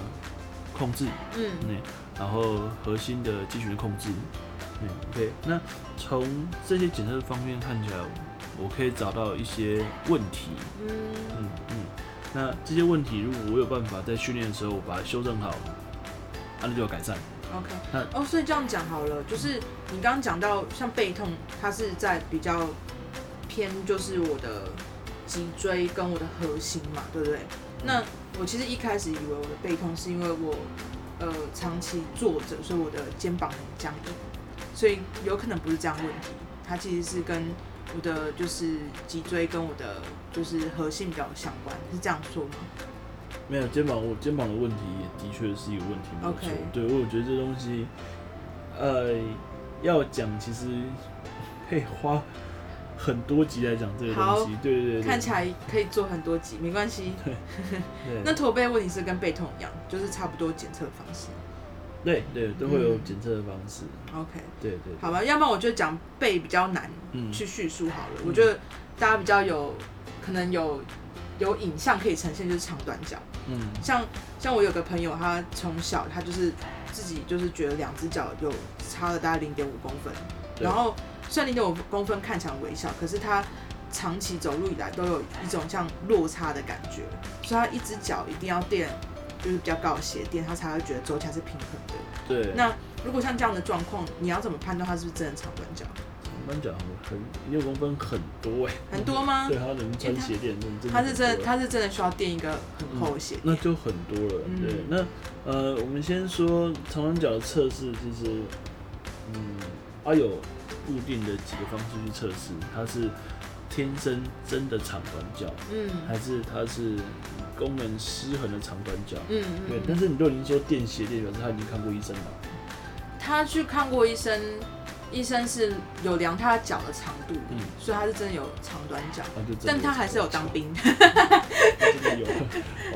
[SPEAKER 2] 控制，
[SPEAKER 1] 嗯
[SPEAKER 2] 对，然后核心的肌群的控制，对，OK。那从这些检测方面看起来，我可以找到一些问题，
[SPEAKER 1] 嗯
[SPEAKER 2] 嗯嗯。那这些问题，如果我有办法在训练的时候我把它修正好，啊，那就有改善。
[SPEAKER 1] ，OK，
[SPEAKER 2] 那
[SPEAKER 1] 哦，所以这样讲好了，就是你刚刚讲到像背痛，它是在比较偏就是我的脊椎跟我的核心嘛，对不对？那我其实一开始以为我的背痛是因为我呃长期坐着，所以我的肩膀很僵硬，所以有可能不是这样问题，它其实是跟我的就是脊椎跟我的就是核心比较相关，是这样说吗？
[SPEAKER 2] 没有肩膀，我肩膀的问题也的确是一个问题，没有
[SPEAKER 1] OK
[SPEAKER 2] 错。对，我觉得这东西，呃，要讲其实可以花很多集来讲这个
[SPEAKER 1] 好
[SPEAKER 2] 东西。对对对对，
[SPEAKER 1] 看起来可以做很多集，没关系。
[SPEAKER 2] 对
[SPEAKER 1] 那驼背问题是跟背痛一样，就是差不多检测方式。
[SPEAKER 2] 对对都会有
[SPEAKER 1] 嗯
[SPEAKER 2] 检测的方式。
[SPEAKER 1] OK，
[SPEAKER 2] 对对，
[SPEAKER 1] 好吧，要不然我就讲背比较难
[SPEAKER 2] 嗯，
[SPEAKER 1] 去叙述好了。
[SPEAKER 2] 嗯
[SPEAKER 1] 我觉得大家比较有可能有有影像可以呈现，就是长短脚。
[SPEAKER 2] 嗯
[SPEAKER 1] 像像我有个朋友，他从小他就是自己就是觉得两只脚有差了大概零点五公分，
[SPEAKER 2] 对
[SPEAKER 1] 然后虽然零点五公分看起来很微小，可是他长期走路以来都有一种像落差的感觉，所以他一只脚一定要垫就是比较高的鞋垫，他才会觉得走起来是平衡的。
[SPEAKER 2] 对。
[SPEAKER 1] 那如果像这样的状况，你要怎么判断它是不是真的长短脚？
[SPEAKER 2] 长短脚很六公分很多哎，
[SPEAKER 1] 很多吗
[SPEAKER 2] 对，？他能穿鞋垫，真的
[SPEAKER 1] 它是真
[SPEAKER 2] 很
[SPEAKER 1] 的，
[SPEAKER 2] 多嗯
[SPEAKER 1] 它是真的需要垫一个很厚的鞋
[SPEAKER 2] 那
[SPEAKER 1] 垫。
[SPEAKER 2] 就很多了。
[SPEAKER 1] 嗯
[SPEAKER 2] 对，那呃，我们先说长短脚的测试，就是嗯，它有固定的几个方式去测试，它是天生真的长短脚，
[SPEAKER 1] 嗯
[SPEAKER 2] 还是它是功能失衡的长短脚？
[SPEAKER 1] 嗯
[SPEAKER 2] 对，但
[SPEAKER 1] 嗯，
[SPEAKER 2] 是你都已经说垫鞋垫，表示他已经看过医生了。
[SPEAKER 1] 他去看过医生，医生是有量他脚的长度，
[SPEAKER 2] 嗯
[SPEAKER 1] 所以他是真的有长短脚，
[SPEAKER 2] 他就真的
[SPEAKER 1] 但他还是有当 兵，
[SPEAKER 2] 真的有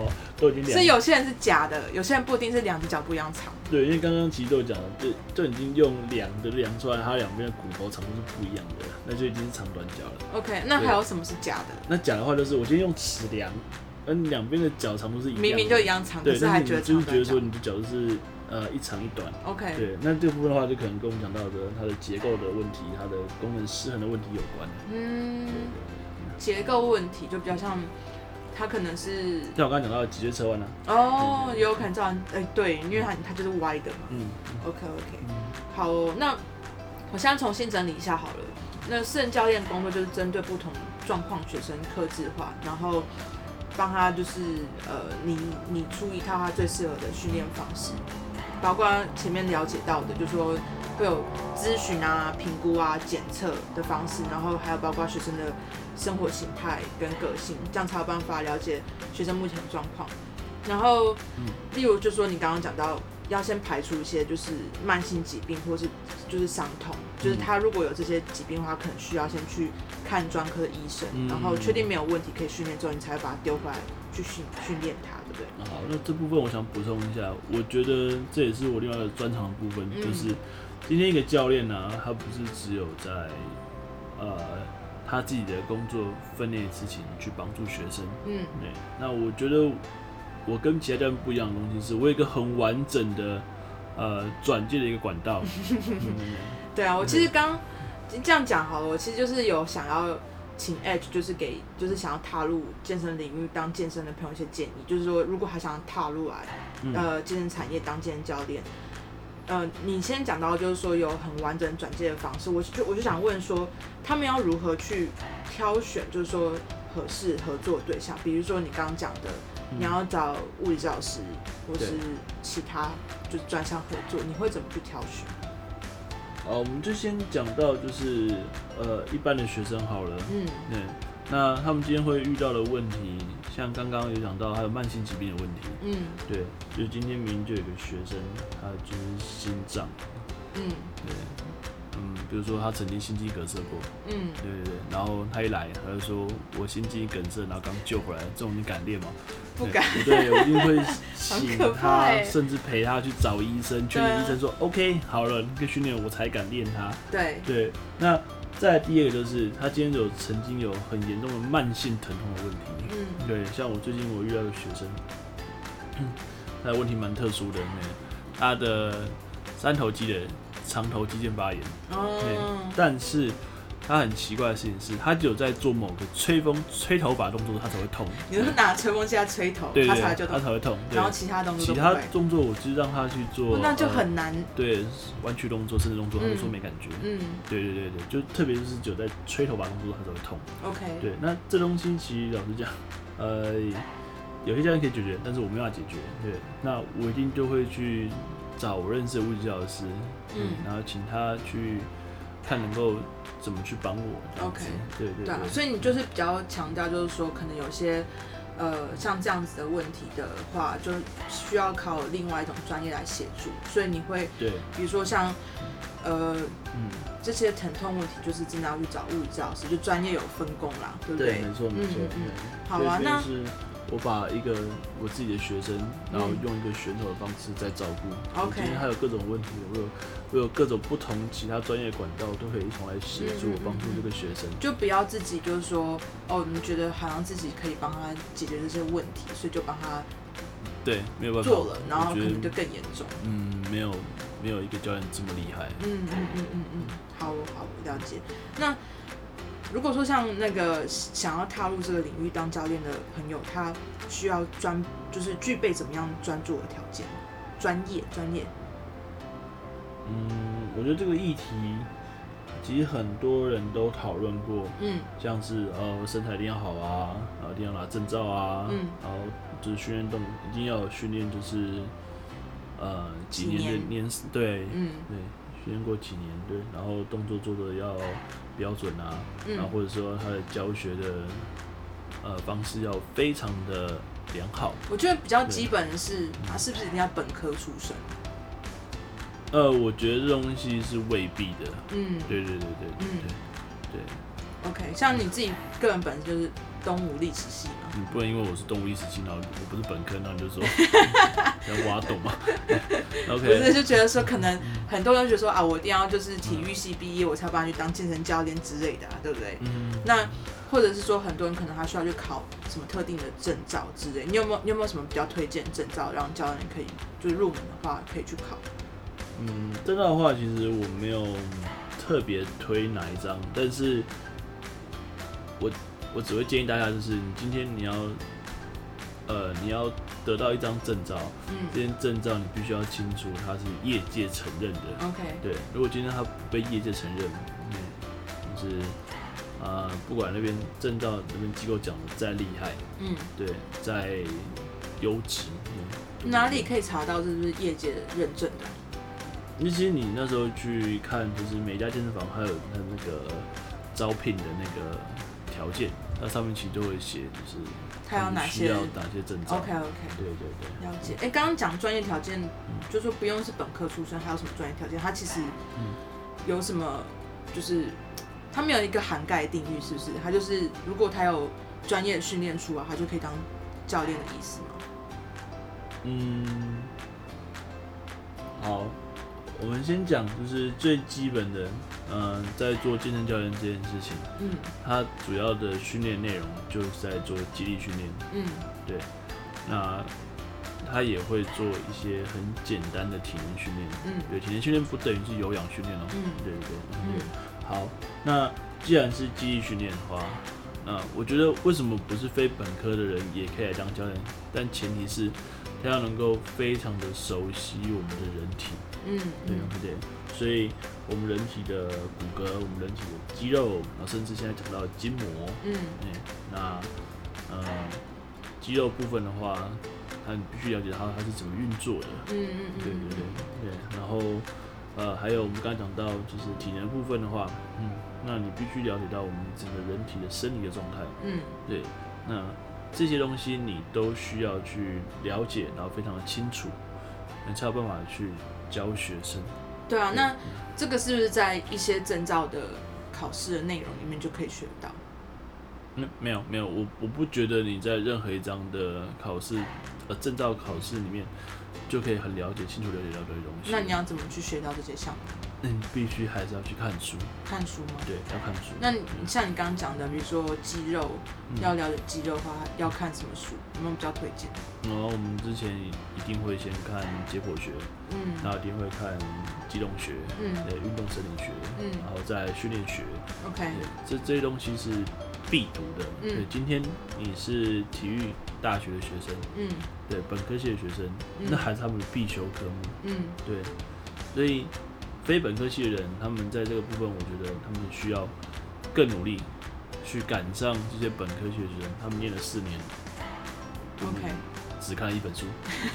[SPEAKER 2] 哦，都已经
[SPEAKER 1] 所
[SPEAKER 2] 量
[SPEAKER 1] 以有些人是假的，有些人不一定是两只脚不一样长。
[SPEAKER 2] 对，因为刚刚其实都有讲了，就就已经用量的量出来，它两边的骨头长度是不一样的，那就已经是长短脚了。
[SPEAKER 1] OK，那
[SPEAKER 2] 对
[SPEAKER 1] 还有什么是假的？
[SPEAKER 2] 那假的话就是我今天用尺量，嗯，两边的脚长度是一样的，
[SPEAKER 1] 明明就一样长，可
[SPEAKER 2] 对，
[SPEAKER 1] 是还
[SPEAKER 2] 但
[SPEAKER 1] 觉得
[SPEAKER 2] 是你就
[SPEAKER 1] 长短
[SPEAKER 2] 是觉得
[SPEAKER 1] 脚
[SPEAKER 2] 说。你的脚就是呃一长一短。
[SPEAKER 1] OK，
[SPEAKER 2] 对，那这部分的话就可能跟我们讲到的它的结构的问题、它的功能失衡的问题有关。
[SPEAKER 1] 嗯，结构问题就比较像，它可能是
[SPEAKER 2] 像我刚刚讲到的脊椎侧弯啊，
[SPEAKER 1] 哦，
[SPEAKER 2] 对对对
[SPEAKER 1] 也有可能造成，哎、对，因为它它就是歪的嘛。
[SPEAKER 2] 嗯，
[SPEAKER 1] OK OK，好哦、那我现在重新整理一下好了。那私人教练工作就是针对不同状况学生克制化，然后帮他就是呃，你你出一套他最适合的训练方式，包括前面了解到的，就说会有咨询啊、评估啊、检测的方式，然后还有包括学生的生活形态跟个性，这样才有办法了解学生目前的状况。然后，例如就说你刚刚讲到，要先排除一些就是慢性疾病或是就是伤痛，就是他如果有这些疾病的话，可能需要先去看专科的医生，
[SPEAKER 2] 嗯
[SPEAKER 1] 然后确定没有问题可以训练之后，你才会把它丢回来去训训练它，对不对？
[SPEAKER 2] 好，那这部分我想补充一下，我觉得这也是我另外的专长的部分，
[SPEAKER 1] 嗯
[SPEAKER 2] 就是今天一个教练呢、他不是只有在呃他自己的工作分内的事情去帮助学生，
[SPEAKER 1] 嗯
[SPEAKER 2] 对，那我觉得我跟其他教练不一样的东西是，我有一个很完整的呃转介的一个管道，嗯
[SPEAKER 1] 对啊，我其实刚这样讲好了，我其实就是有想要请 Edge，就是给就是想要踏入健身领域当健身的朋友一些建议，就是说如果还想踏入来
[SPEAKER 2] 嗯
[SPEAKER 1] 呃健身产业当健身教练，呃，你先讲到就是说有很完整转介的方式，我就我就想问说他们要如何去挑选，就是说合适合作对象，比如说你刚刚讲的。
[SPEAKER 2] 嗯
[SPEAKER 1] 你要找物理治疗师，或
[SPEAKER 2] 对
[SPEAKER 1] 是其他就是专项合作，你会怎么去挑选？
[SPEAKER 2] 好，我们就先讲到就是呃一般的学生好了，
[SPEAKER 1] 嗯
[SPEAKER 2] 对，那他们今天会遇到的问题，像刚刚有讲到，还有慢性疾病的问题。
[SPEAKER 1] 嗯
[SPEAKER 2] 对，就今天明明就有一个学生，他就是心脏
[SPEAKER 1] 嗯
[SPEAKER 2] 嗯，比如说他曾经心肌梗塞过，
[SPEAKER 1] 嗯
[SPEAKER 2] 对对对，然后他一来，他就说我心肌梗塞，然后刚救回来，这种你敢练吗？
[SPEAKER 1] 不敢
[SPEAKER 2] 对，对我一定 会请
[SPEAKER 1] 可怕
[SPEAKER 2] 他，
[SPEAKER 1] 欸
[SPEAKER 2] 甚至陪他去找医生，确
[SPEAKER 1] 对
[SPEAKER 2] 定
[SPEAKER 1] 啊
[SPEAKER 2] 医生说 OK 好了，那个训练我才敢练他。
[SPEAKER 1] 对，
[SPEAKER 2] 对，那再来第二个就是他今天有曾经有很严重的慢性疼痛的问题。
[SPEAKER 1] 嗯
[SPEAKER 2] 对，像我最近我遇到一个学生， 他的问题蛮特殊的，嗯他的三头肌的长头肌腱发炎。对
[SPEAKER 1] 哦，
[SPEAKER 2] 但是他很奇怪的事情是，他只有在做某个吹风、吹头发动作，他才会痛。
[SPEAKER 1] 你是拿吹风机在吹头，
[SPEAKER 2] 对
[SPEAKER 1] 他
[SPEAKER 2] 对，
[SPEAKER 1] 才就
[SPEAKER 2] 他
[SPEAKER 1] 动，
[SPEAKER 2] 才会痛。对
[SPEAKER 1] 然后，其他动作
[SPEAKER 2] 其
[SPEAKER 1] 都不
[SPEAKER 2] 他
[SPEAKER 1] 会，哦
[SPEAKER 2] 动作我就是让他去做，
[SPEAKER 1] 那就
[SPEAKER 2] 呃
[SPEAKER 1] 很难，
[SPEAKER 2] 对弯曲动作、甚至动作，他都
[SPEAKER 1] 嗯
[SPEAKER 2] 说没感觉。
[SPEAKER 1] 嗯
[SPEAKER 2] 对对对对，就特别就是只有在吹头发动作，他才会痛。
[SPEAKER 1] ，OK，
[SPEAKER 2] 对，那这东西其实老实讲，呃，有些教练可以解决，但是我没办法解决。对，那我一定就会去找我认识的物理治疗师，嗯
[SPEAKER 1] 嗯，
[SPEAKER 2] 然后请他去看能够怎么去帮我。这样子
[SPEAKER 1] OK
[SPEAKER 2] 对对
[SPEAKER 1] 对啊
[SPEAKER 2] 对，，
[SPEAKER 1] 所以你就是比较强调，就是说可能有些呃像这样子的问题的话，就需要靠另外一种专业来协助。所以你会
[SPEAKER 2] 对，
[SPEAKER 1] 比如说像呃
[SPEAKER 2] 嗯，
[SPEAKER 1] 这些疼痛问题，就是真的要去找物理治疗师，就专业有分工啦，对不
[SPEAKER 2] 对，没错
[SPEAKER 1] 嗯
[SPEAKER 2] 没错
[SPEAKER 1] 嗯。嗯
[SPEAKER 2] 对
[SPEAKER 1] 好
[SPEAKER 2] 所以
[SPEAKER 1] 啊
[SPEAKER 2] 这
[SPEAKER 1] 那
[SPEAKER 2] 就是我把一个我自己的学生，然后
[SPEAKER 1] 嗯
[SPEAKER 2] 用一个选手的方式在照顾。我
[SPEAKER 1] OK
[SPEAKER 2] 今天他有各种问题，我有我有各种不同其他专业管道都可以一同来协助
[SPEAKER 1] 嗯嗯嗯
[SPEAKER 2] 帮助
[SPEAKER 1] 嗯
[SPEAKER 2] 这个学生。
[SPEAKER 1] 就不要自己就是说哦，你觉得好像自己可以帮他解决这些问题，所以就帮他
[SPEAKER 2] 对，没有办法
[SPEAKER 1] 做了，然后
[SPEAKER 2] 我
[SPEAKER 1] 可
[SPEAKER 2] 觉
[SPEAKER 1] 能
[SPEAKER 2] 得
[SPEAKER 1] 就更严重。
[SPEAKER 2] 嗯，没有没有一个教练这么厉害。
[SPEAKER 1] 嗯嗯嗯嗯嗯，好哦好哦，了解。那如果说像那个想要踏入这个领域当教练的朋友，他需要专就是具备怎么样专注的条件？专业专业，
[SPEAKER 2] 嗯，我觉得这个议题其实很多人都讨论过，
[SPEAKER 1] 嗯
[SPEAKER 2] 像是呃身材一定要好啊，然后一定要拿证照啊，
[SPEAKER 1] 嗯
[SPEAKER 2] 然后就是训练动一定要有训练，就是呃几
[SPEAKER 1] 几
[SPEAKER 2] 年的
[SPEAKER 1] 年
[SPEAKER 2] 年对、
[SPEAKER 1] 嗯
[SPEAKER 2] 对，训练过几年对，然后动作做的要标准啊，然
[SPEAKER 1] 嗯
[SPEAKER 2] 后或者说他的教学的呃方式要非常的良好。
[SPEAKER 1] 我觉得比较基本的是，他是不是一定要本科出身？
[SPEAKER 2] 呃，我觉得这东西是未必的。
[SPEAKER 1] 嗯
[SPEAKER 2] 对对对对对
[SPEAKER 1] 嗯
[SPEAKER 2] 对，对
[SPEAKER 1] ，OK，像你自己个人本身就是东吴历史系嘛，
[SPEAKER 2] 你不能因为我是动物意识系，然后我不是本科，然后你 就说要挖洞嘛
[SPEAKER 1] 不是
[SPEAKER 2] ？OK，
[SPEAKER 1] 就觉得说可能
[SPEAKER 2] 嗯
[SPEAKER 1] 很多人觉得说啊，我一定要就是体育系毕业，我才把你去当健身教练之类的、啊，对不对？
[SPEAKER 2] 嗯，
[SPEAKER 1] 那或者是说，很多人可能他需要去考什么特定的证照之类，你有没有你有没有什么比较推荐证照，让教练可以就是入门的话可以去考？
[SPEAKER 2] 嗯，证照的话，其实我没有特别推哪一张，但是我我只会建议大家，就是你今天你要，呃，你要得到一张证照，
[SPEAKER 1] 嗯
[SPEAKER 2] 这件证照你必须要清楚它是业界承认的。
[SPEAKER 1] ，OK，
[SPEAKER 2] 对，如果今天他不被业界承认，嗯，就是啊、呃不管那边证照那边机构讲的再厉害，
[SPEAKER 1] 嗯，
[SPEAKER 2] 对，再优质，嗯
[SPEAKER 1] 哪里？可以查到这是不是业界的认证的啊？
[SPEAKER 2] 因为其实你那时候去看，就是每一家健身房还有它那个招聘的那个条件，它上面其实都会写，就是
[SPEAKER 1] 它有
[SPEAKER 2] 们
[SPEAKER 1] 哪
[SPEAKER 2] 需
[SPEAKER 1] 些
[SPEAKER 2] 要哪些证照。
[SPEAKER 1] ？OK OK，
[SPEAKER 2] 对对对，
[SPEAKER 1] 了解。哎、刚刚讲专业条件，就说不用是本科出身，还有什么专业条件？它其实
[SPEAKER 2] 嗯
[SPEAKER 1] 有什么就是它没有一个涵盖定义，是不是？它就是如果他有专业训练出来，他就可以当教练的意思吗？
[SPEAKER 2] 嗯，好，我们先讲就是最基本的，嗯、在做健身教练这件事情，
[SPEAKER 1] 嗯
[SPEAKER 2] 它主要的训练内容就是在做肌力训练，
[SPEAKER 1] 嗯
[SPEAKER 2] 那它也会做一些很简单的体能训练，
[SPEAKER 1] 嗯
[SPEAKER 2] 对，体能训练不等于是有氧训练哦，
[SPEAKER 1] 嗯
[SPEAKER 2] 对对对，
[SPEAKER 1] 嗯。
[SPEAKER 2] 好，那既然是记忆训练的话，那我觉得为什么不是非本科的人也可以来当教练？但前提是他要能够非常的熟悉我们的人体，
[SPEAKER 1] 嗯
[SPEAKER 2] 对不对？所以我们人体的骨骼，我们人体的肌肉，然后甚至现在讲到筋膜，
[SPEAKER 1] 嗯
[SPEAKER 2] 嗯，那呃肌肉部分的话，那你必须了解它它是怎么运作的，
[SPEAKER 1] 嗯嗯
[SPEAKER 2] 对对
[SPEAKER 1] 嗯
[SPEAKER 2] 对对，然后呃，还有我们刚才讲到就是体能部分的话，嗯，那你必须了解到我们整个人体的生理的状态，
[SPEAKER 1] 嗯
[SPEAKER 2] 对，那这些东西你都需要去了解，然后非常的清楚，你才有办法去教学生。
[SPEAKER 1] 嗯，对啊，那这个是不是在一些证照的考试的内容里面就可以学到？嗯
[SPEAKER 2] 没没有没有，我我不觉得你在任何一张的考试呃证照考试里面就可以很了解清楚了解到这些东西。
[SPEAKER 1] 那你要怎么去学到这些项目？
[SPEAKER 2] 那你必须还是要去看书，
[SPEAKER 1] 看书吗？
[SPEAKER 2] 对，要看书。嗯
[SPEAKER 1] 那你像你刚刚讲的，比如说肌肉，要了解肌肉的话，要看什么书？有没有比较推荐？
[SPEAKER 2] 然后我们之前一定会先看解剖学，
[SPEAKER 1] 嗯
[SPEAKER 2] 然后一定会看机动学，
[SPEAKER 1] 嗯
[SPEAKER 2] 呃，运动生理学，
[SPEAKER 1] 嗯
[SPEAKER 2] 然后再训练学，
[SPEAKER 1] ，OK，
[SPEAKER 2] 对这这些东西是必读的。
[SPEAKER 1] 嗯
[SPEAKER 2] 对，今天你是体育大学的学生，
[SPEAKER 1] 嗯
[SPEAKER 2] 对，本科系的学生，
[SPEAKER 1] 嗯
[SPEAKER 2] 那还是他们的必修科目。
[SPEAKER 1] 嗯
[SPEAKER 2] 对，所以非本科系的人，他们在这个部分，我觉得他们需要更努力，去赶上这些本科系的学生。他们念了四年，
[SPEAKER 1] ，OK，
[SPEAKER 2] 只看了一本 书，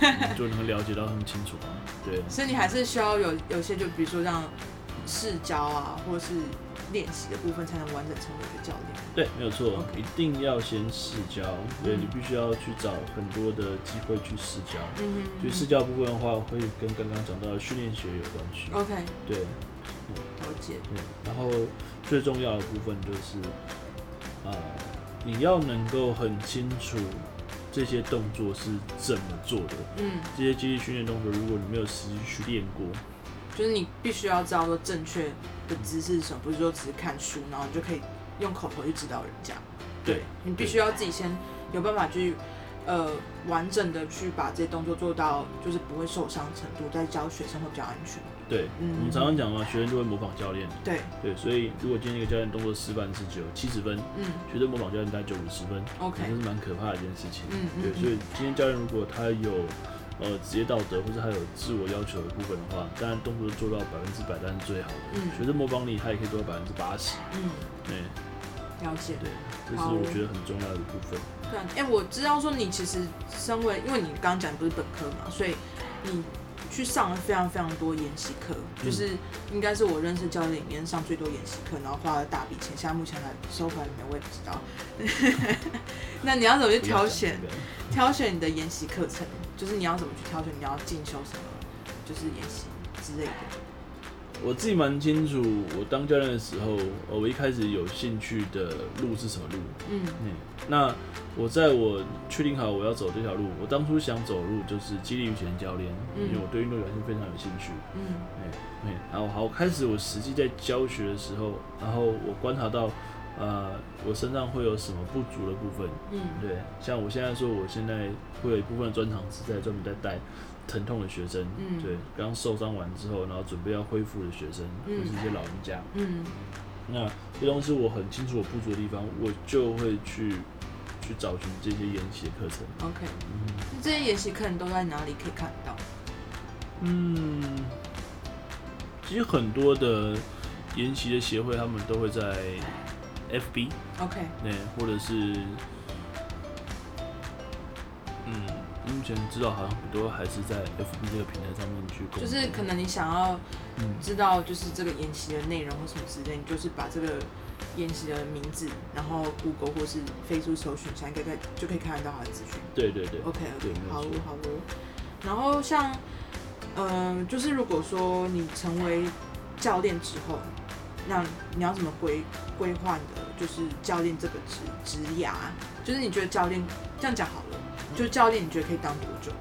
[SPEAKER 2] 你就能了解到他们清楚吗？对，
[SPEAKER 1] 所以你还是需要有有些，就比如说让视交啊，或是练习的部分，才能完整成为一个教练。
[SPEAKER 2] 对，没有错
[SPEAKER 1] OK
[SPEAKER 2] 一定要先试教，对
[SPEAKER 1] 嗯
[SPEAKER 2] 你必须要去找很多的机会去试教。
[SPEAKER 1] 嗯
[SPEAKER 2] 就试教部分的话，会跟刚刚讲到的训练学有关系。
[SPEAKER 1] OK，
[SPEAKER 2] 对，
[SPEAKER 1] 了解。
[SPEAKER 2] 对，然后最重要的部分就是，呃，你要能够很清楚这些动作是怎么做的。
[SPEAKER 1] 嗯，
[SPEAKER 2] 这些肌力训练动作，如果你没有实际去练过，
[SPEAKER 1] 就是你必须要知道说正确的姿势是什么，不是说只是看书，然后你就可以用口头去指导人家。
[SPEAKER 2] 对，
[SPEAKER 1] 你必须要自己先有办法去，呃，完整的去把这些动作做到，就是不会受伤程度，再教学生会比较安全。
[SPEAKER 2] 对，
[SPEAKER 1] 嗯
[SPEAKER 2] 我们常常讲嘛，学生就会模仿教练，
[SPEAKER 1] 对，
[SPEAKER 2] 对，所以如果今天一个教练动作示范是只有七十分，
[SPEAKER 1] 嗯
[SPEAKER 2] 学生模仿教练大概就五十分，
[SPEAKER 1] ，OK，
[SPEAKER 2] 这是蛮可怕的一件事情。
[SPEAKER 1] 嗯嗯
[SPEAKER 2] 对，所以今天教练如果他有呃职业道德或者他有自我要求的部分的话，当然动作做到百分之百当然是最好的。
[SPEAKER 1] 嗯
[SPEAKER 2] 学生模仿你，他也可以做到百分之八十。
[SPEAKER 1] 嗯，
[SPEAKER 2] 对
[SPEAKER 1] 了解。
[SPEAKER 2] 对，这是
[SPEAKER 1] 好
[SPEAKER 2] 我觉得很重要的一部分。
[SPEAKER 1] 对啊，哎、我知道说你其实身为，因为你刚刚讲不是本科嘛，所以你去上了非常非常多研习课，
[SPEAKER 2] 嗯
[SPEAKER 1] 就是应该是我认识教练里面上最多研习课，然后花了大笔钱，现在目前还收回来没有，我也不知道。 那你要怎么去挑选
[SPEAKER 2] 不要讲
[SPEAKER 1] 挑选你的研习课程？就是你要怎么去挑选你要进修什么，就是研习之类的。
[SPEAKER 2] 这个我自己蛮清楚，我当教练的时候，呃，我一开始有兴趣的路是什么路？
[SPEAKER 1] 嗯
[SPEAKER 2] 嗯，那我在我确定好我要走这条路，我当初想走的路就是激励与潜教练，
[SPEAKER 1] 嗯
[SPEAKER 2] 因为我对运动表现非常有兴趣。
[SPEAKER 1] 嗯
[SPEAKER 2] 对，然后好，我开始我实际在教学的时候，然后我观察到，呃，我身上会有什么不足的部分。
[SPEAKER 1] 嗯
[SPEAKER 2] 对，像我现在说，我现在会有一部分的专长是在专门在带疼痛的学生，
[SPEAKER 1] 嗯
[SPEAKER 2] 对，刚受伤完之后，然后准备要恢复的学生，或
[SPEAKER 1] 嗯
[SPEAKER 2] 是一些老人家。
[SPEAKER 1] 嗯
[SPEAKER 2] 那这东西我很清楚我不足的地方，我就会去去找寻这些研习的课程。
[SPEAKER 1] ，OK。这些研习课你都在哪里可以看到？
[SPEAKER 2] 嗯，其实很多的研习的协会，他们都会在 FB
[SPEAKER 1] OK，
[SPEAKER 2] 对，或者是嗯，目前知道好像很多还是在 FB 这个平台上面去公布，
[SPEAKER 1] 就是可能你想要
[SPEAKER 2] 嗯
[SPEAKER 1] 知道就是这个研习的内容或什么之类，你就是把这个研习的名字，然后 Google 或是 Facebook 搜寻一下，应该看就可以看得到它的资讯。
[SPEAKER 2] 对对对，
[SPEAKER 1] OK
[SPEAKER 2] 对
[SPEAKER 1] OK，
[SPEAKER 2] 没有
[SPEAKER 1] 好哦
[SPEAKER 2] 错
[SPEAKER 1] 好哦。然后像，嗯、就是如果说你成为教练之后，那你要怎么规规划你的就是教练这个职职涯？就是你觉得教练这样讲好了，就是教练你觉得可以当多久？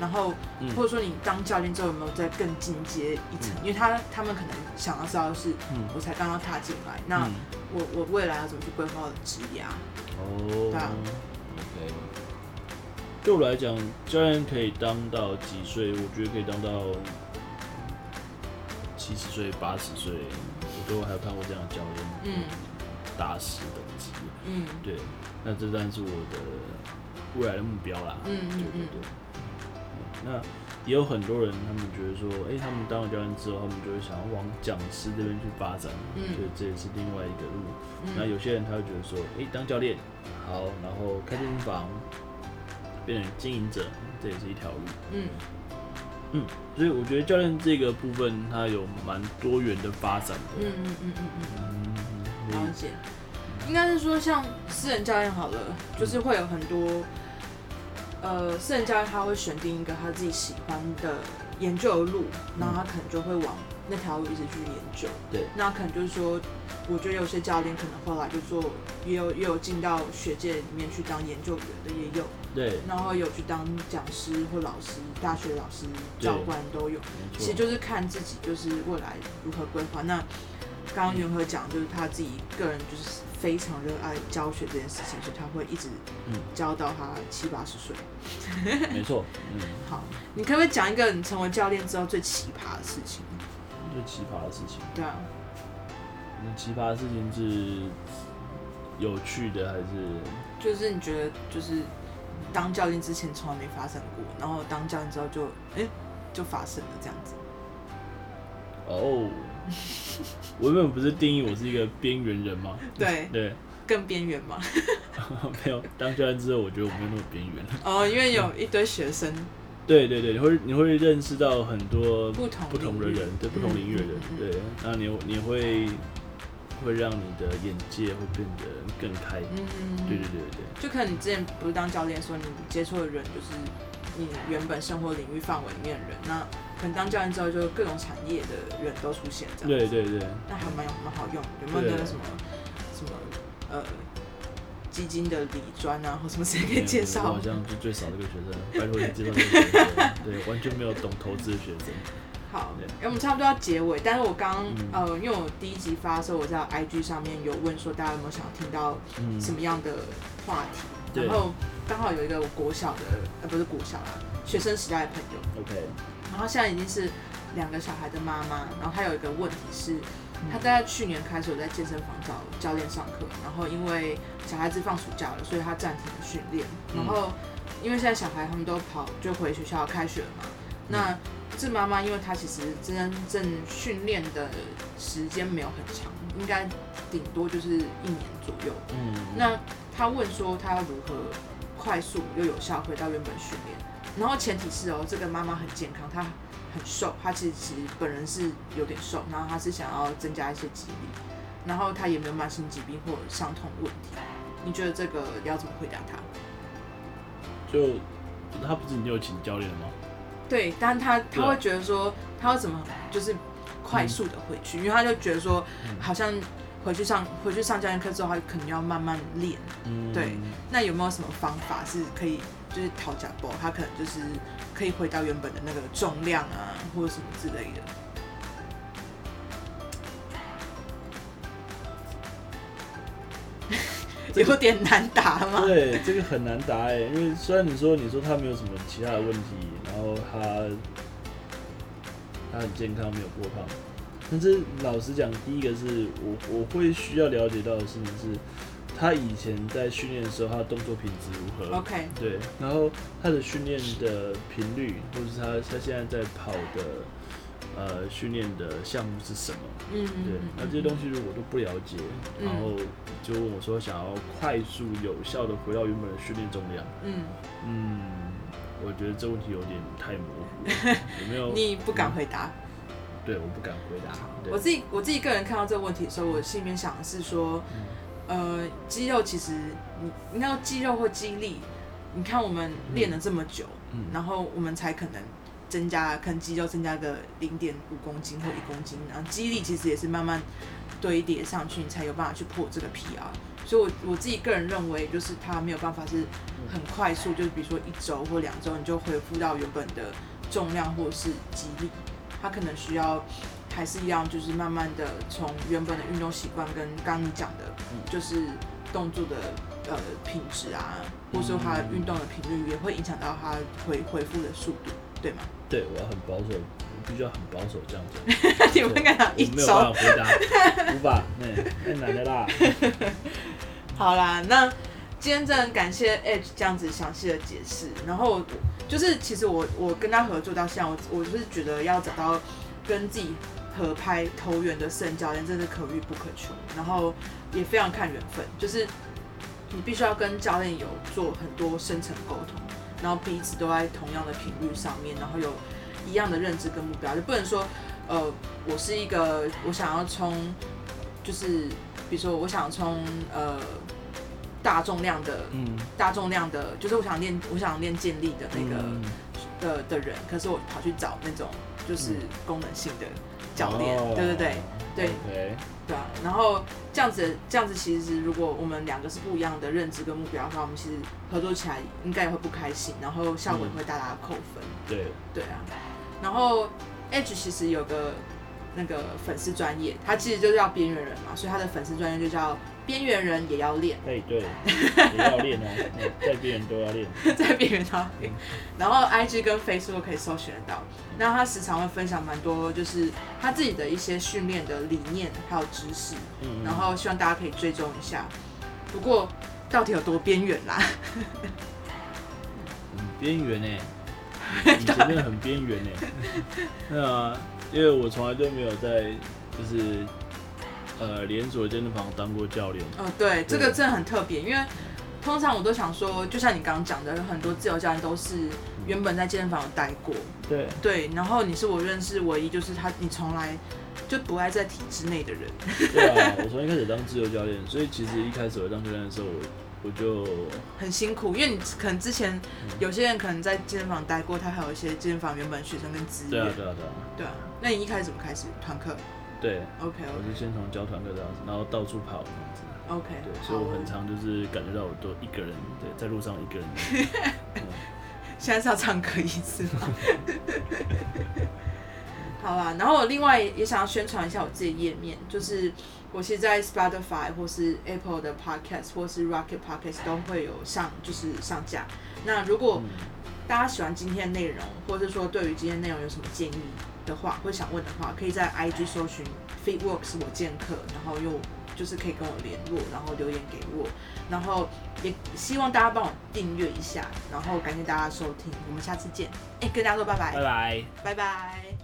[SPEAKER 1] 然后
[SPEAKER 2] 嗯
[SPEAKER 1] 或者说你当教练之后有没有再更进阶一层？因为他他们可能想要知道的是，
[SPEAKER 2] 嗯，
[SPEAKER 1] 我才刚刚踏进来，那
[SPEAKER 2] 嗯
[SPEAKER 1] 我我未来要怎么去规划我的职涯？
[SPEAKER 2] 哦
[SPEAKER 1] 对啊
[SPEAKER 2] ，OK。对我来讲，教练可以当到几岁？我觉得可以当到七十岁、八十岁，我都还有看过这样的教练，
[SPEAKER 1] 嗯
[SPEAKER 2] 大师等级。
[SPEAKER 1] 嗯
[SPEAKER 2] 对，那这当然是我的未来的目标啦。
[SPEAKER 1] 嗯嗯
[SPEAKER 2] 对对
[SPEAKER 1] 嗯
[SPEAKER 2] 对。嗯那也有很多人，他们觉得说，哎、他们当了教练之后，他们就会想要往讲师这边去发展，
[SPEAKER 1] 嗯
[SPEAKER 2] 所以这也是另外一个路。那
[SPEAKER 1] 嗯
[SPEAKER 2] 有些人他会觉得说，诶，当教练好，然后开健身房，变成经营者，这也是一条路。
[SPEAKER 1] 嗯
[SPEAKER 2] 所以我觉得教练这个部分，它有蛮多元的发展
[SPEAKER 1] 嗯
[SPEAKER 2] 的。
[SPEAKER 1] 嗯嗯嗯嗯。
[SPEAKER 2] 嗯，
[SPEAKER 1] 了解，应该是说像私人教练好了，就是会有很多，呃，私人教练他会选定一个他自己喜欢的研究的路，然后他可能就会往那条路一直去研究。
[SPEAKER 2] 对，
[SPEAKER 1] 那可能就是说，我觉得有些教练可能后来就做，也有也有进到学界里面去当研究员的，也有，
[SPEAKER 2] 对，没
[SPEAKER 1] 然后有去当讲师或老师、大学老师、教官都有。
[SPEAKER 2] 错。
[SPEAKER 1] 其实就是看自己就是未来如何规划。那刚刚元和讲，就是他自己个人就是非常热爱教学这件事情，所以他会一直
[SPEAKER 2] 嗯
[SPEAKER 1] 教到他七八十岁。
[SPEAKER 2] 没错，嗯，
[SPEAKER 1] 好，你可不可以讲一个你成为教练之后最奇葩的事情？
[SPEAKER 2] 最奇葩的事情，
[SPEAKER 1] 对啊，
[SPEAKER 2] 那奇葩的事情是有趣的还是
[SPEAKER 1] 就是你觉得就是当教练之前从来没发生过，然后当教练之后就哎、诶就发生了这样 子。
[SPEAKER 2] 哦？我原本不是定义我是一个边缘人吗？
[SPEAKER 1] 对，
[SPEAKER 2] 对，
[SPEAKER 1] 更边缘嘛。
[SPEAKER 2] 没有当教练之后，我觉得我没有那么边缘。
[SPEAKER 1] 哦，因为有一堆学生
[SPEAKER 2] 对对对，你会你会认识到很多
[SPEAKER 1] 不同
[SPEAKER 2] 不同的
[SPEAKER 1] 领域
[SPEAKER 2] 人，对不同领域的人
[SPEAKER 1] 嗯，嗯嗯
[SPEAKER 2] 对，那你你会会让你的眼界会变得更开。
[SPEAKER 1] 嗯，
[SPEAKER 2] 对对对对
[SPEAKER 1] 就可能你之前不是当教练的时候，你接触的人就是你原本生活领域范围里面的人，那可能当教练之后，就各种产业的人都出现这样，
[SPEAKER 2] 对对对对，
[SPEAKER 1] 那还蛮有蛮好用的。有没有那个
[SPEAKER 2] 对啊
[SPEAKER 1] 什么什么呃基金的理专啊，或什么谁可以介
[SPEAKER 2] 我
[SPEAKER 1] 绍
[SPEAKER 2] 好？像是最少的一个学生，拜托你介绍这个学生，对，完全没有懂投资的学生。
[SPEAKER 1] 好
[SPEAKER 2] 对，
[SPEAKER 1] 哎、我们差不多要结尾，但是我刚、
[SPEAKER 2] 嗯
[SPEAKER 1] 呃，因为我第一集发的时候，我在 IG 上面有问说大家有没有想要听到
[SPEAKER 2] 嗯，
[SPEAKER 1] 什么样的话题，
[SPEAKER 2] 对
[SPEAKER 1] 然后刚好有一个我国小的呃不是国小啦，学生时代的朋友。
[SPEAKER 2] OK，
[SPEAKER 1] 然后现在已经是两个小孩的妈妈，然后她有一个问题是，她在去年开始有在健身房找教练上课，然后因为小孩子放暑假了，所以她暂停了训练，
[SPEAKER 2] 嗯
[SPEAKER 1] 然后因为现在小孩他们都跑就回学校开学了嘛，那这妈妈因为她其实真正训练的时间没有很长，应该顶多就是一年左右，
[SPEAKER 2] 嗯，
[SPEAKER 1] 那他问说他要如何快速又有效回到原本训练，然后前提是哦，这个妈妈很健康，她很瘦，她其实其实本人是有点瘦，然后她是想要增加一些肌力，然后她也没有慢性疾病或伤痛问题。你觉得这个要怎么回答她？
[SPEAKER 2] 就他不是已经有请教练了吗？
[SPEAKER 1] 对，但他
[SPEAKER 2] 对
[SPEAKER 1] 他会觉得说，他要怎么就是快速的回去，因为他就觉得说，好像回去上回去上教练课之后，他可能要慢慢练，
[SPEAKER 2] 嗯，
[SPEAKER 1] 对那有没有什么方法是可以就是讨假包，他可能就是可以回到原本的那个重量啊，或者什么之类的？有点难答吗？
[SPEAKER 2] 对，这个很难答哎，因为虽然你说你说他没有什么其他的问题，然后他他很健康，没有过胖，但是老实讲，第一个是我我会需要了解到的事情是，他以前在训练的时候，他的动作品质如何
[SPEAKER 1] OK，
[SPEAKER 2] 对，然后他的训练的频率，或者是他他现在在跑的呃训练的项目是什么？
[SPEAKER 1] 嗯，
[SPEAKER 2] 对
[SPEAKER 1] 嗯，
[SPEAKER 2] 那这些东西如果都不了解，然后就问我说想要快速有效的回到原本的训练重量，
[SPEAKER 1] 嗯，
[SPEAKER 2] 嗯，我觉得这问题有点太模 糊了，有没有？
[SPEAKER 1] 你不敢回答。
[SPEAKER 2] 对，我不敢回答。
[SPEAKER 1] 我
[SPEAKER 2] 对，
[SPEAKER 1] 自己我自己个人看到这个问题的时候，我心里面想的是说，呃，肌肉其实你你那个肌肉或肌力，你看我们练了这么久，
[SPEAKER 2] 嗯
[SPEAKER 1] 然后我们才可能增加，可能肌肉增加个零点五公斤或一公斤，然后肌力其实也是慢慢堆叠上去，你才有办法去破这个 PR。所以我，我自己个人认为，就是它没有办法是很快速，就是比如说一周或两周你就恢复到原本的重量或是肌力，它可能需要还是一样，就是慢慢的从原本的运动习惯跟刚刚你讲的，
[SPEAKER 2] 嗯
[SPEAKER 1] 就是动作的呃品质啊，或者说他
[SPEAKER 2] 嗯
[SPEAKER 1] 运动的频率，也会影响到他回恢复的速度，对吗？
[SPEAKER 2] 对，我要很保守，我必须要很保守这样 子。
[SPEAKER 1] 你们看到
[SPEAKER 2] 我
[SPEAKER 1] 一
[SPEAKER 2] 没有
[SPEAKER 1] 周
[SPEAKER 2] 办法，回答，无法，哎，太难的啦。
[SPEAKER 1] 好啦，那今天真的很感谢 Edge 这样子详细的解释，然后就是其实我我跟他合作到现在，我我就是觉得要找到跟自己合拍投缘的圣教练，真的可遇不可求，然后也非常看缘分，就是你必须要跟教练有做很多深层沟通，然后彼此都在同样的频率上面，然后有一样的认知跟目标，就不能说呃我是一个我想要冲就是。比如说，我想冲呃大重量的
[SPEAKER 2] 嗯，
[SPEAKER 1] 大重量的，就是我想练我想练健力的那个、
[SPEAKER 2] 嗯
[SPEAKER 1] 的的人，可是我跑去找那种就是
[SPEAKER 2] 嗯
[SPEAKER 1] 功能性的教练，
[SPEAKER 2] 哦
[SPEAKER 1] 对对对对
[SPEAKER 2] 对，
[SPEAKER 1] 对啊。然后这样子这样子，其实如果我们两个是不一样的认知跟目标的话，我们其实合作起来应该也会不开心，然后效果也会大大扣分。
[SPEAKER 2] 对，
[SPEAKER 1] 对啊，然后 Edge 其实有个那个粉丝专业，他其实就叫边缘人嘛，所以他的粉丝专业就叫边缘人也要练，
[SPEAKER 2] 哎对，也要练 哦，嗯在别人都要练，
[SPEAKER 1] 在边缘上练。然后 IG 跟 Facebook 可以搜寻得到。那他时常会分享蛮多，就是他自己的一些训练的理念还有知识，
[SPEAKER 2] 嗯，
[SPEAKER 1] 然后希望大家可以追踪一下。不过到底有多边缘啦？
[SPEAKER 2] 很边 缘呢，你真的很边缘呢。欸那因为我从来都没有在就是呃连锁健身房当过教练，
[SPEAKER 1] 嗯，对，这个真的很特别，因为通常我都想说，就像你刚刚讲的，很多自由教练都是原本在健身房有待过，
[SPEAKER 2] 对，
[SPEAKER 1] 对，然后你是我认识唯一就是他，你从来就不爱在体制内的人，
[SPEAKER 2] 对啊，我从一开始当自由教练，所以其实一开始我当教练的时候，我我就
[SPEAKER 1] 很辛苦，因为你可能之前有些人可能在健身房待过，他还有一些健身房原本学生跟资
[SPEAKER 2] 对啊
[SPEAKER 1] 源，
[SPEAKER 2] 对啊对啊，
[SPEAKER 1] 对啊，那你一开始怎么开始团课
[SPEAKER 2] 对，啊
[SPEAKER 1] ？OK
[SPEAKER 2] 我是先从教团课这样子，然后到处跑这样子。
[SPEAKER 1] OK OK，
[SPEAKER 2] 对，所以我很常就是感觉到我都一个人，对，在路上一个人。
[SPEAKER 1] 现在是要唱歌一次 吗？好啦，然后我另外也想要宣传一下我自己的页面，就是我其实在 Spotify 或是 Apple 的 Podcast 或是 Rocket Podcast 都会有上，就是上架。那如果
[SPEAKER 2] 嗯
[SPEAKER 1] 大家喜欢今天的内容，或者说对于今天内容有什么建议的话，或想问的话，可以在 IG 搜寻 FitWorks 我健客，然后又就是可以跟我联络，然后留言给我，然后也希望大家帮我订阅一下，然后感谢大家收听，我们下次见，哎、跟大家说拜拜，
[SPEAKER 2] 拜。
[SPEAKER 1] 拜拜